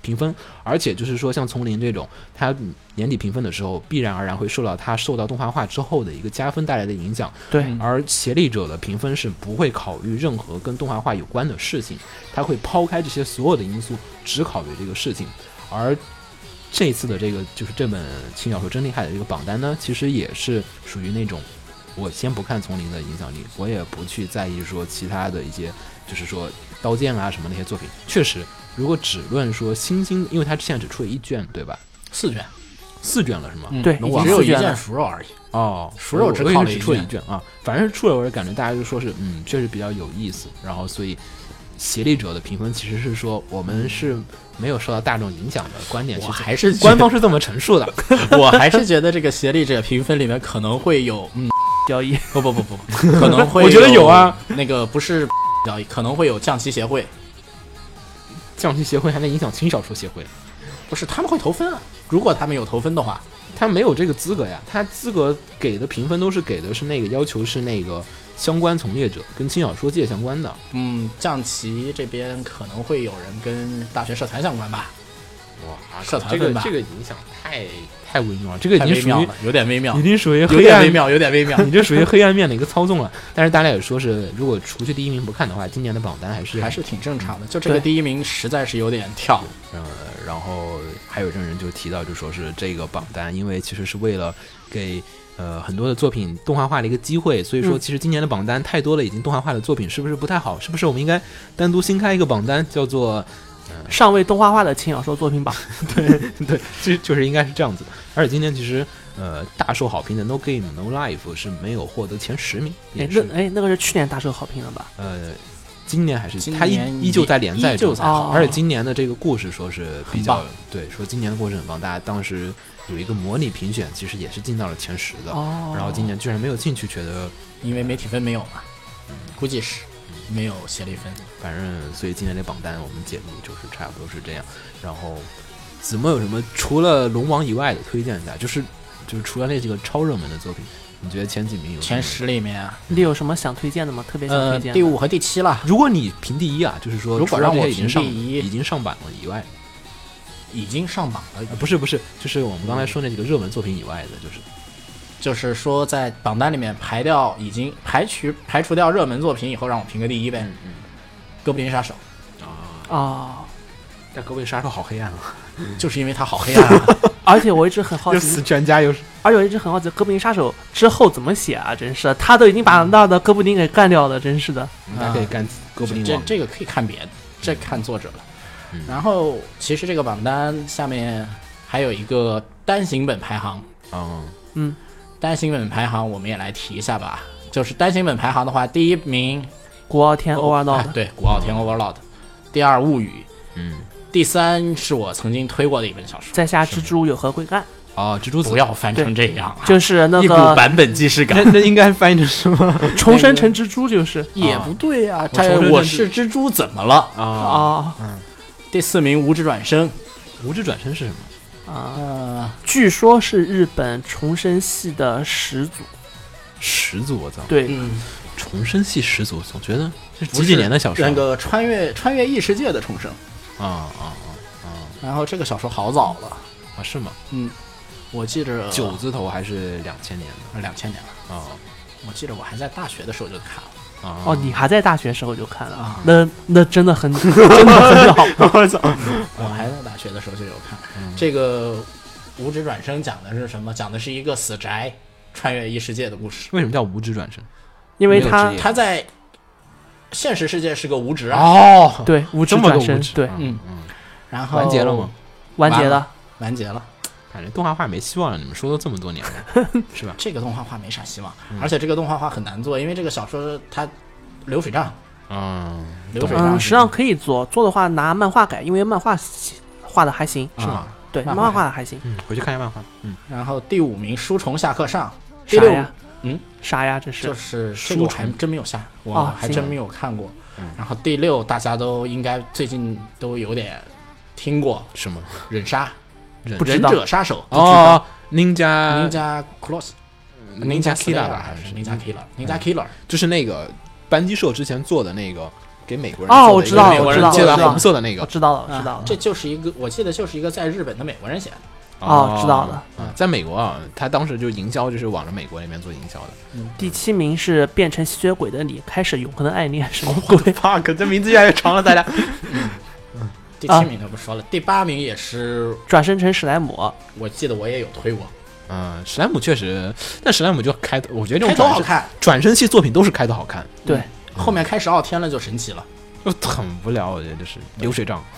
Speaker 1: 评分。而且就是说，像丛林这种，它年底评分的时候，必然而然会受到它受到动画化之后的一个加分带来的影响。
Speaker 2: 对，
Speaker 3: 嗯
Speaker 1: 而协力者的评分是不会考虑任何跟动画化有关的事情，他会抛开这些所有的因素，只考虑这个事情。而这次的这个就是这本轻小说真厉害的这个榜单呢，其实也是属于那种，我先不看丛林的影响力，我也不去在意说其他的一些，就是说刀剑啊什么那些作品。确实，如果只论说新兴，因为它现在只出了一卷，对吧？
Speaker 3: 四卷，
Speaker 1: 四卷了是吗？
Speaker 3: 嗯
Speaker 2: 对
Speaker 1: 已经
Speaker 3: 只有
Speaker 2: 四
Speaker 3: 一
Speaker 2: 卷
Speaker 3: 件
Speaker 2: 了
Speaker 3: 熟肉而已。
Speaker 1: 哦，
Speaker 3: 熟肉
Speaker 1: 我
Speaker 3: 只
Speaker 1: 我也
Speaker 3: 考
Speaker 1: 是
Speaker 3: 了
Speaker 1: 只
Speaker 3: 一
Speaker 1: 出了一
Speaker 3: 卷
Speaker 1: 卷啊，反正出了我就感觉大家就说是嗯，确实比较有意思。然后所以协力者的评分其实是说我们是没有受到大众影响的观点，
Speaker 3: 我
Speaker 1: 是这
Speaker 3: 还是觉
Speaker 1: 官
Speaker 3: 得
Speaker 1: 方是这么陈述的。
Speaker 3: *laughs* 我还是觉得这个协力者评分里面可能会有，嗯，
Speaker 2: 交易
Speaker 3: 不不不不，可能 *laughs* 会，
Speaker 1: 我觉得有啊，
Speaker 3: 那个不是 *laughs* 交易，可能会有降旗协会，
Speaker 1: 降旗协会还能影响轻小说协会，
Speaker 3: 不是他们会投分啊，如果他们有投分的话，
Speaker 1: 他没有这个资格呀，他资格给的评分都是给的是那个要求是那个相关从业者跟轻小说界相关的。
Speaker 3: 嗯，降旗这边可能会有人跟大学社团相关吧，
Speaker 1: 哇
Speaker 3: 社团
Speaker 1: 这个
Speaker 3: 分吧
Speaker 1: 这个影响太太微妙了，这个
Speaker 3: 太
Speaker 1: 已经
Speaker 3: 微
Speaker 1: 属
Speaker 3: 妙
Speaker 1: 于
Speaker 3: 了，有点微妙
Speaker 1: 已，经属于
Speaker 3: 有
Speaker 1: 黑
Speaker 3: 点
Speaker 1: 暗
Speaker 3: 微妙，有点微妙，
Speaker 1: *laughs* 你这属于黑暗面的一个操纵了。但是大家也说是，如果除去第一名不看的话，今年的榜单还是
Speaker 3: 还是挺正常的，就这个
Speaker 2: 对
Speaker 3: 第一名实在是有点跳，
Speaker 1: 呃，然后还有一种人就提到，就说是这个榜单，因为其实是为了给呃很多的作品动画化的一个机会。所以说，其实今年的榜单太多了，已经动画化的作品是不是不太好？是不是我们应该单独新开一个榜单，叫做
Speaker 2: 尚未动画化的轻小说作品榜，
Speaker 1: 就就是应该是这样子。而且今年其实呃大受好评的《No Game No Life》是没有获得前十名，
Speaker 2: 哎
Speaker 1: 也，
Speaker 2: 那
Speaker 1: 是
Speaker 2: 哎那个是去年大受好评了吧？
Speaker 1: 呃。今年还是
Speaker 3: 今
Speaker 1: 它依
Speaker 3: 年
Speaker 1: 依旧在联赛
Speaker 3: 依旧
Speaker 1: 中，
Speaker 3: 在
Speaker 2: 哦
Speaker 1: 而且今年的这个故事说是比较
Speaker 3: 很棒
Speaker 1: 对，说今年的故事很棒，大家当时有一个模拟评选，其实也是进到了前十的。
Speaker 2: 哦，
Speaker 1: 然后今年居然没有进去，觉得
Speaker 3: 因为媒体分没有嘛，估计是没有协力分。
Speaker 1: 反正所以今年这榜单我们解读就是差不多是这样。然后子墨有什么除了龙王以外的推荐一下？就是就是除了那几个超热门的作品，你觉得前几名有什么
Speaker 3: 前？十里面啊，
Speaker 2: 你有什么想推荐的吗？特别想
Speaker 3: 呃，
Speaker 2: 推荐的
Speaker 3: 第五和第七了，
Speaker 1: 如果你评第一啊，就是说
Speaker 3: 如果
Speaker 1: 除了
Speaker 3: 让
Speaker 1: 这
Speaker 3: 我
Speaker 1: 些已经
Speaker 3: 评
Speaker 1: 上
Speaker 3: 第一
Speaker 1: 已经上榜了以外，
Speaker 3: 已经上榜了
Speaker 1: 呃，不是不是，就是我们刚才说那几个热门作品以外的，就是
Speaker 3: 就是说在榜单里面排掉已经排除排除掉热门作品以后，让我评个第一呗。
Speaker 1: 嗯
Speaker 3: 哥布林杀手
Speaker 2: 啊，
Speaker 1: 但各位杀手好黑暗啊，
Speaker 3: 就是因为它好黑暗啊，
Speaker 2: 而且我一直很好
Speaker 1: 又
Speaker 2: 奇
Speaker 1: 死，全家 *laughs* 又是
Speaker 2: 而且我一直很好奇《哥布林杀手》之后怎么写啊？真是，他都已经把那的哥布林给干掉了，真是的。
Speaker 1: 还可以嗯干 *laughs* 啊哥布林
Speaker 3: 这
Speaker 1: 王，嗯
Speaker 3: 这个可以看别的，这看作者了。然后其实这个榜单下面还有一个单行本排行，
Speaker 1: 嗯，
Speaker 3: 单行本排行我们也来提一下吧。就是单行本排行的话，第一名
Speaker 2: 古傲
Speaker 3: *laughs*
Speaker 2: 天
Speaker 3: 哦哎
Speaker 2: Overlord，
Speaker 3: 对，古傲天 Overlord，第二物语，
Speaker 1: 嗯，
Speaker 3: 第三是我曾经推过的一本小说。
Speaker 2: 在下蜘蛛有何贵干？
Speaker 1: 哦，蜘蛛子
Speaker 3: 不要翻成这样啊，
Speaker 2: 就是那
Speaker 3: 一股
Speaker 2: 个
Speaker 3: 版本既视感
Speaker 1: 那。那应该翻译成什么？
Speaker 2: 重生成蜘蛛，就是
Speaker 3: 也不对啊，他
Speaker 1: 重生
Speaker 3: 我
Speaker 1: 成
Speaker 3: 是蜘蛛怎么了？
Speaker 1: 啊，
Speaker 2: 啊
Speaker 3: 第四名无职转生，
Speaker 1: *laughs* 无知转身是什么？
Speaker 2: 啊！
Speaker 3: 呃，
Speaker 2: 据说是日本重生系的始祖，
Speaker 1: 始祖，我操！
Speaker 2: 对，
Speaker 3: 嗯，
Speaker 1: 重生系始祖，总觉得这是几几年的小说
Speaker 3: 那个穿越穿越异世界的重生，
Speaker 1: 啊啊
Speaker 3: 然后这个小说好早了，
Speaker 1: 啊啊！是吗？
Speaker 3: 嗯，我记着
Speaker 1: 九字头还是嗯两千年的
Speaker 3: 两千年了，
Speaker 1: 啊
Speaker 3: 我记得我还在大学的时候就看了，
Speaker 1: 啊！
Speaker 2: 哦，你还在大学时候就看了
Speaker 3: 啊
Speaker 2: 那那真的很真的很好，
Speaker 3: 我还在大学的时候就有看
Speaker 1: 嗯
Speaker 3: 这个无职转生讲的是什么？讲的是一个死宅穿越异世界的故事，
Speaker 1: 为什么叫无知转身？
Speaker 2: 因为
Speaker 1: 没
Speaker 2: 他
Speaker 1: 有职业
Speaker 3: 他在现实世界是个无职啊，
Speaker 1: 哦，
Speaker 2: 对无职
Speaker 1: 这么个
Speaker 2: 转
Speaker 1: 无
Speaker 2: 身，
Speaker 1: 知，
Speaker 2: 对
Speaker 1: 嗯哦
Speaker 3: 嗯
Speaker 1: 嗯，
Speaker 3: 然后
Speaker 1: 完结了吗？？
Speaker 2: 完结
Speaker 3: 完
Speaker 2: 了
Speaker 3: 了。完结了。
Speaker 1: 感觉动画化没希望了，你们说了这么多年 *laughs* 了，是吧？嗯
Speaker 3: 这个动画化没啥希望，而且这个动画化很难做，因为这个小说它流水账，
Speaker 1: 嗯，
Speaker 3: 流水账
Speaker 2: 嗯，实际上可以做，做的话拿漫画改，因为漫画画的还行，
Speaker 1: 嗯是吗？
Speaker 2: 对，
Speaker 3: 啊漫
Speaker 2: 漫
Speaker 3: 画
Speaker 2: 画画的还行。
Speaker 1: 嗯，回去看一下漫画。嗯，
Speaker 3: 然后第五名书虫下课上，第
Speaker 2: 啥
Speaker 3: 六
Speaker 2: 呀？
Speaker 3: 嗯，
Speaker 2: 啥呀？这是
Speaker 3: 就是
Speaker 1: 书
Speaker 3: 这个我
Speaker 1: 虫嗯
Speaker 3: 还真没有下，我
Speaker 2: 哦
Speaker 3: 还
Speaker 2: 行
Speaker 3: 真没有看过。然后第六大家都应该最近都有点听过
Speaker 1: 什么？
Speaker 3: 忍杀，
Speaker 1: 不
Speaker 2: 知
Speaker 3: 忍
Speaker 2: 道
Speaker 3: 者杀手
Speaker 1: 哦，Ninja
Speaker 3: ，Ninja Cross。嗯
Speaker 1: Ninja Killer
Speaker 3: Killer
Speaker 1: 吧，
Speaker 3: 呃还
Speaker 1: 还
Speaker 3: 是
Speaker 1: 是嗯
Speaker 3: Ninja Killer？Ninja Killer
Speaker 1: 就是那个班机社之前做的那个给美国人
Speaker 2: 哦
Speaker 1: 做的
Speaker 2: 我
Speaker 1: 一
Speaker 2: 知
Speaker 1: 个
Speaker 2: 道
Speaker 1: 美
Speaker 2: 我
Speaker 1: 国
Speaker 2: 知
Speaker 1: 人
Speaker 2: 道
Speaker 1: 借
Speaker 2: 我
Speaker 1: 的
Speaker 2: 知道
Speaker 1: 红色的那个
Speaker 2: 我知道了，我
Speaker 3: 啊，
Speaker 2: 知道了。
Speaker 3: 这就是一个，我记得就是一个在日本的美国人写的，
Speaker 2: 哦知道了
Speaker 1: 啊，在美国啊，他当时就营销就是往着美国那边做营销的。
Speaker 2: 第七名是变成吸血鬼的你，开始永恒的爱恋，什么
Speaker 1: *laughs*
Speaker 2: 鬼？
Speaker 1: fuck，这名字越来越长了，大家。
Speaker 3: 第
Speaker 2: 啊
Speaker 3: 七名就不说了，第八名也是，
Speaker 2: *laughs* 转身成史莱姆，
Speaker 3: 我记得我也有推过，
Speaker 1: 嗯，史莱姆确实，但史莱姆就开头，我觉得这
Speaker 3: 开
Speaker 1: 种
Speaker 3: 头
Speaker 1: 转
Speaker 3: 好
Speaker 1: 身
Speaker 3: 看，
Speaker 1: 转身系作品都是开头好看，
Speaker 2: 对，
Speaker 3: 后面开始傲天了就神奇了。
Speaker 1: 就很无聊，我觉得就是流水账。
Speaker 3: 嗯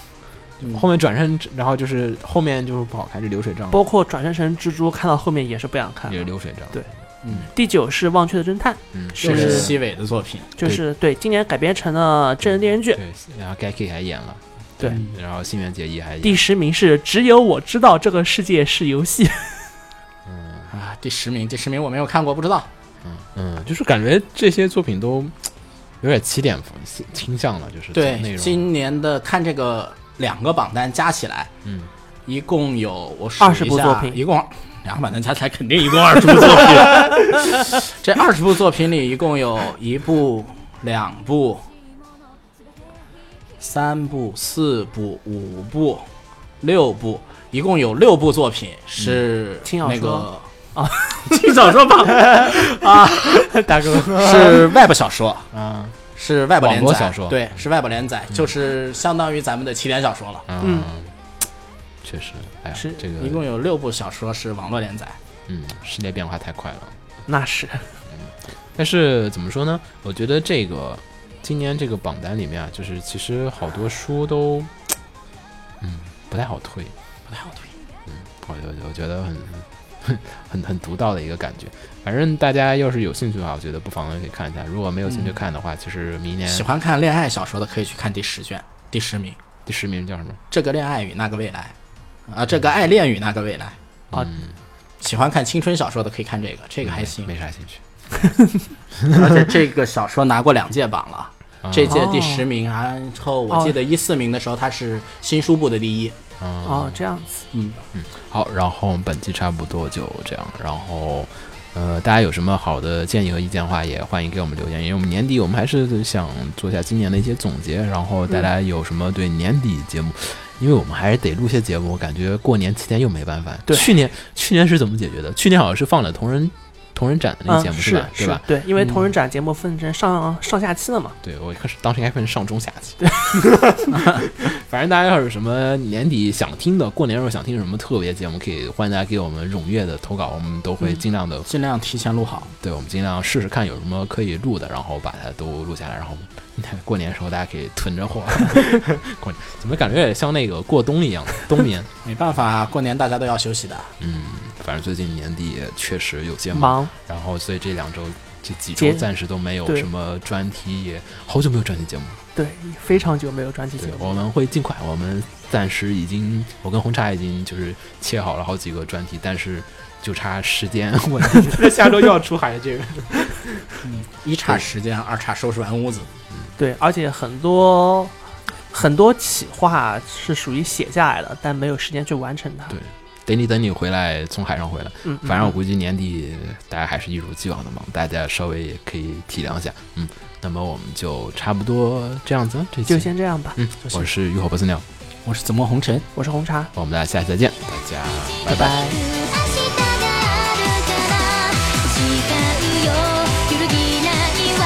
Speaker 1: 后面转身，然后就是后面就是不好看，就流水账，
Speaker 2: 包括转身成蜘蛛，看到后面也是不想看
Speaker 1: 也。是流水账。
Speaker 2: 对第九是忘却的侦探，
Speaker 1: 嗯，
Speaker 3: 又是
Speaker 2: 是
Speaker 3: 西尾的作品，
Speaker 2: 就是对，今年改编成了真人电视剧。
Speaker 1: 对，然后 Gaki 还演了，
Speaker 2: 对，
Speaker 1: 然后新垣结衣还演
Speaker 2: 嗯第十名是只有我知道这个世界是
Speaker 1: *laughs*
Speaker 2: 游戏，
Speaker 3: 啊，第十名，第十名我没有看过，不知道。
Speaker 1: 嗯，就是感觉这些作品都有点起点倾向了，就是内
Speaker 3: 对，
Speaker 1: 容
Speaker 3: 今年的看这个两个榜单加起来，
Speaker 1: 嗯，
Speaker 3: 一共有我数一下
Speaker 2: 20部作品
Speaker 3: 一共两个榜单加起来肯定一共二十部作品。
Speaker 2: *laughs*
Speaker 3: 这二十部作品里，一共有一部、两部、三部、四部、五部、六部，一共有六部作品
Speaker 1: 嗯
Speaker 3: 是
Speaker 2: 轻小
Speaker 3: 那
Speaker 2: 说
Speaker 3: 个。啊，轻小
Speaker 2: *laughs*
Speaker 3: 说榜啊，
Speaker 1: 大哥
Speaker 3: 是外部小说，
Speaker 1: 啊，
Speaker 3: 是外部连载，
Speaker 1: 网络小说嗯
Speaker 3: 对，是外部连载，就是相当于咱们的起点小说了。
Speaker 1: 嗯，确实，哎呀，
Speaker 2: 是
Speaker 1: 这个
Speaker 3: 一共有六部小说是网络连载，
Speaker 1: 嗯，世界变化太快了。
Speaker 2: 那是
Speaker 1: 但是怎么说呢？我觉得这个今年这个榜单里面啊，就是其实好多书都，嗯，不太好推，不太好推。嗯，我我我觉得很很 *laughs* 很独到的一个感觉。反正大家要是有兴趣的话，我觉得不妨可以看一下。如果没有兴趣看的话，其实明年
Speaker 3: 嗯喜欢看恋爱小说的可以去看第十卷，第十名《
Speaker 1: 第十名叫什么？
Speaker 3: 这个恋爱与那个未来》，啊，这个爱恋与那个未来。
Speaker 1: 嗯
Speaker 2: 啊
Speaker 3: 喜欢看青春小说的可以看这个，这个还行。
Speaker 1: 没啥兴趣。嗯
Speaker 3: *laughs* 而且这个小说拿过两届榜了，
Speaker 1: 啊
Speaker 3: 这届第十名，然后我记
Speaker 1: 哦
Speaker 3: 得一四名的时候它是新书部的第一。
Speaker 1: 啊
Speaker 2: 哦，这样子。
Speaker 3: 嗯，
Speaker 1: 好，然后本期差不多就这样。然后，呃，大家有什么好的建议和意见的话，也欢迎给我们留言。因为我们年底我们还是想做一下今年的一些总结。然后大家有什么对年底节目，因为我们还是得录些节目，我感觉过年期间又没办法。
Speaker 2: 对
Speaker 1: 去年去年是怎么解决的？去年好像是放了同人同人展的那个节
Speaker 2: 嗯，
Speaker 1: 目、
Speaker 2: 是
Speaker 1: 吧？对
Speaker 2: 是
Speaker 1: 吧？，嗯
Speaker 2: 对，因为同人展节目分成上上下期了嘛，
Speaker 1: 对我开始当时应该分上中下期。 *laughs* 反正大家要是有什么年底想听的，过年时候想听什么特别节目，可以欢迎大家给我们踊跃的投稿，我们都
Speaker 2: 嗯
Speaker 1: 会尽量的，
Speaker 3: 尽量提前录好。
Speaker 1: 对我们尽量试试看有什么可以录的，然后把它都录下来，然后过年的时候大家可以囤着货。 *laughs* 过年怎么感觉有点像那个过冬一样，冬眠。 *laughs*
Speaker 3: 没办法，过年大家都要休息的。
Speaker 1: 反正最近年底也确实有些忙，
Speaker 2: 忙
Speaker 1: 然后所以这两周。这几周
Speaker 2: 节
Speaker 1: 暂时都没有
Speaker 2: 对
Speaker 1: 什么专题，也好久没有专题节目了。
Speaker 2: 对，非常久没有专辑节
Speaker 1: 对，
Speaker 2: 目，
Speaker 1: 我们会尽快。我们暂时已经，我跟红茶已经就是切好了好几个专题，但是就差时间 *laughs* 问题。这下周又要出海
Speaker 3: *laughs*
Speaker 1: 这个。
Speaker 3: 嗯一差时间，二差收拾完屋子。
Speaker 2: 对，而且很多很多企划是属于写下来的，但没有时间去完成它。
Speaker 1: 对等你等你回来，从海上回来。
Speaker 2: 嗯，
Speaker 1: 反正我
Speaker 2: 嗯
Speaker 1: 估计年底大家还是一如既往的忙，大家稍微也可以体谅一下。嗯，那么我们就差不多这样子，这期
Speaker 2: 就先这样吧。
Speaker 1: 嗯，我是浴火不死鸟，
Speaker 3: 我是紫陌红尘，
Speaker 2: 我是红茶，
Speaker 1: 我们大家下期再见，大家拜拜。
Speaker 3: 拜拜。
Speaker 4: 明日があるから違うよ揺るぎない私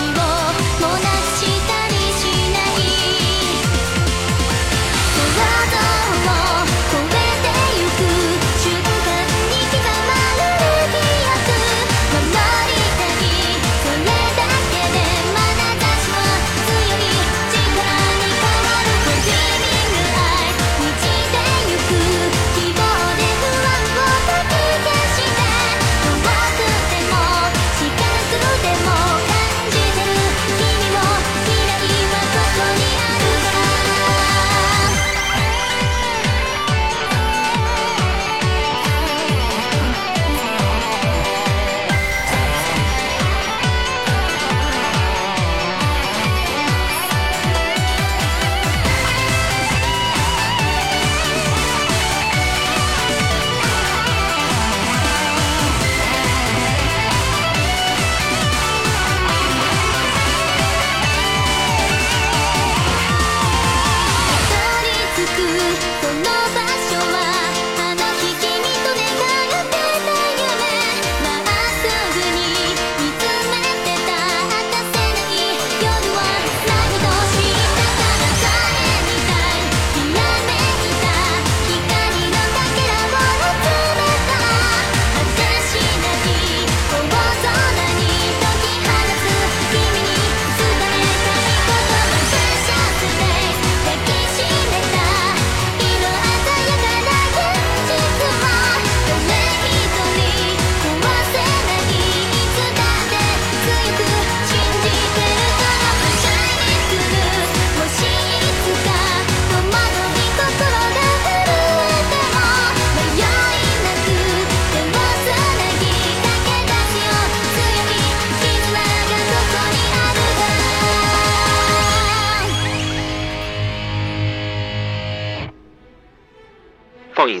Speaker 4: をもうなくしたりしない想像を超えてゆく瞬間に刻まれる記憶守りたいそれだけで眼差しは強い力に変わる Dreaming 愛満ちてゆく希望で不安をかき消して遠くても近くでも感じてる君も未来はここにあるからたどり着くこの場所はあの日君と願ってた夢まっすぐに見つめてた果たせない夜はライトしたから誰みたいひらめいた光のかけらを集めた果てしなき大空に解き放つ君に伝えたい「抱きしめた色鮮やかな想い」「実は誰一人壊せない」「いつだって強く信じてるから」「シャイするもしいつか戸惑い心が震えても」「迷いなく手をつなぎ駆け出すよ」「強い絆がここにあるから」
Speaker 7: 放映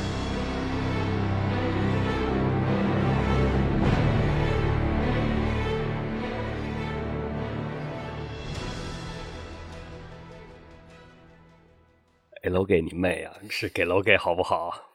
Speaker 8: 给楼给你妹啊，是给楼给好不好？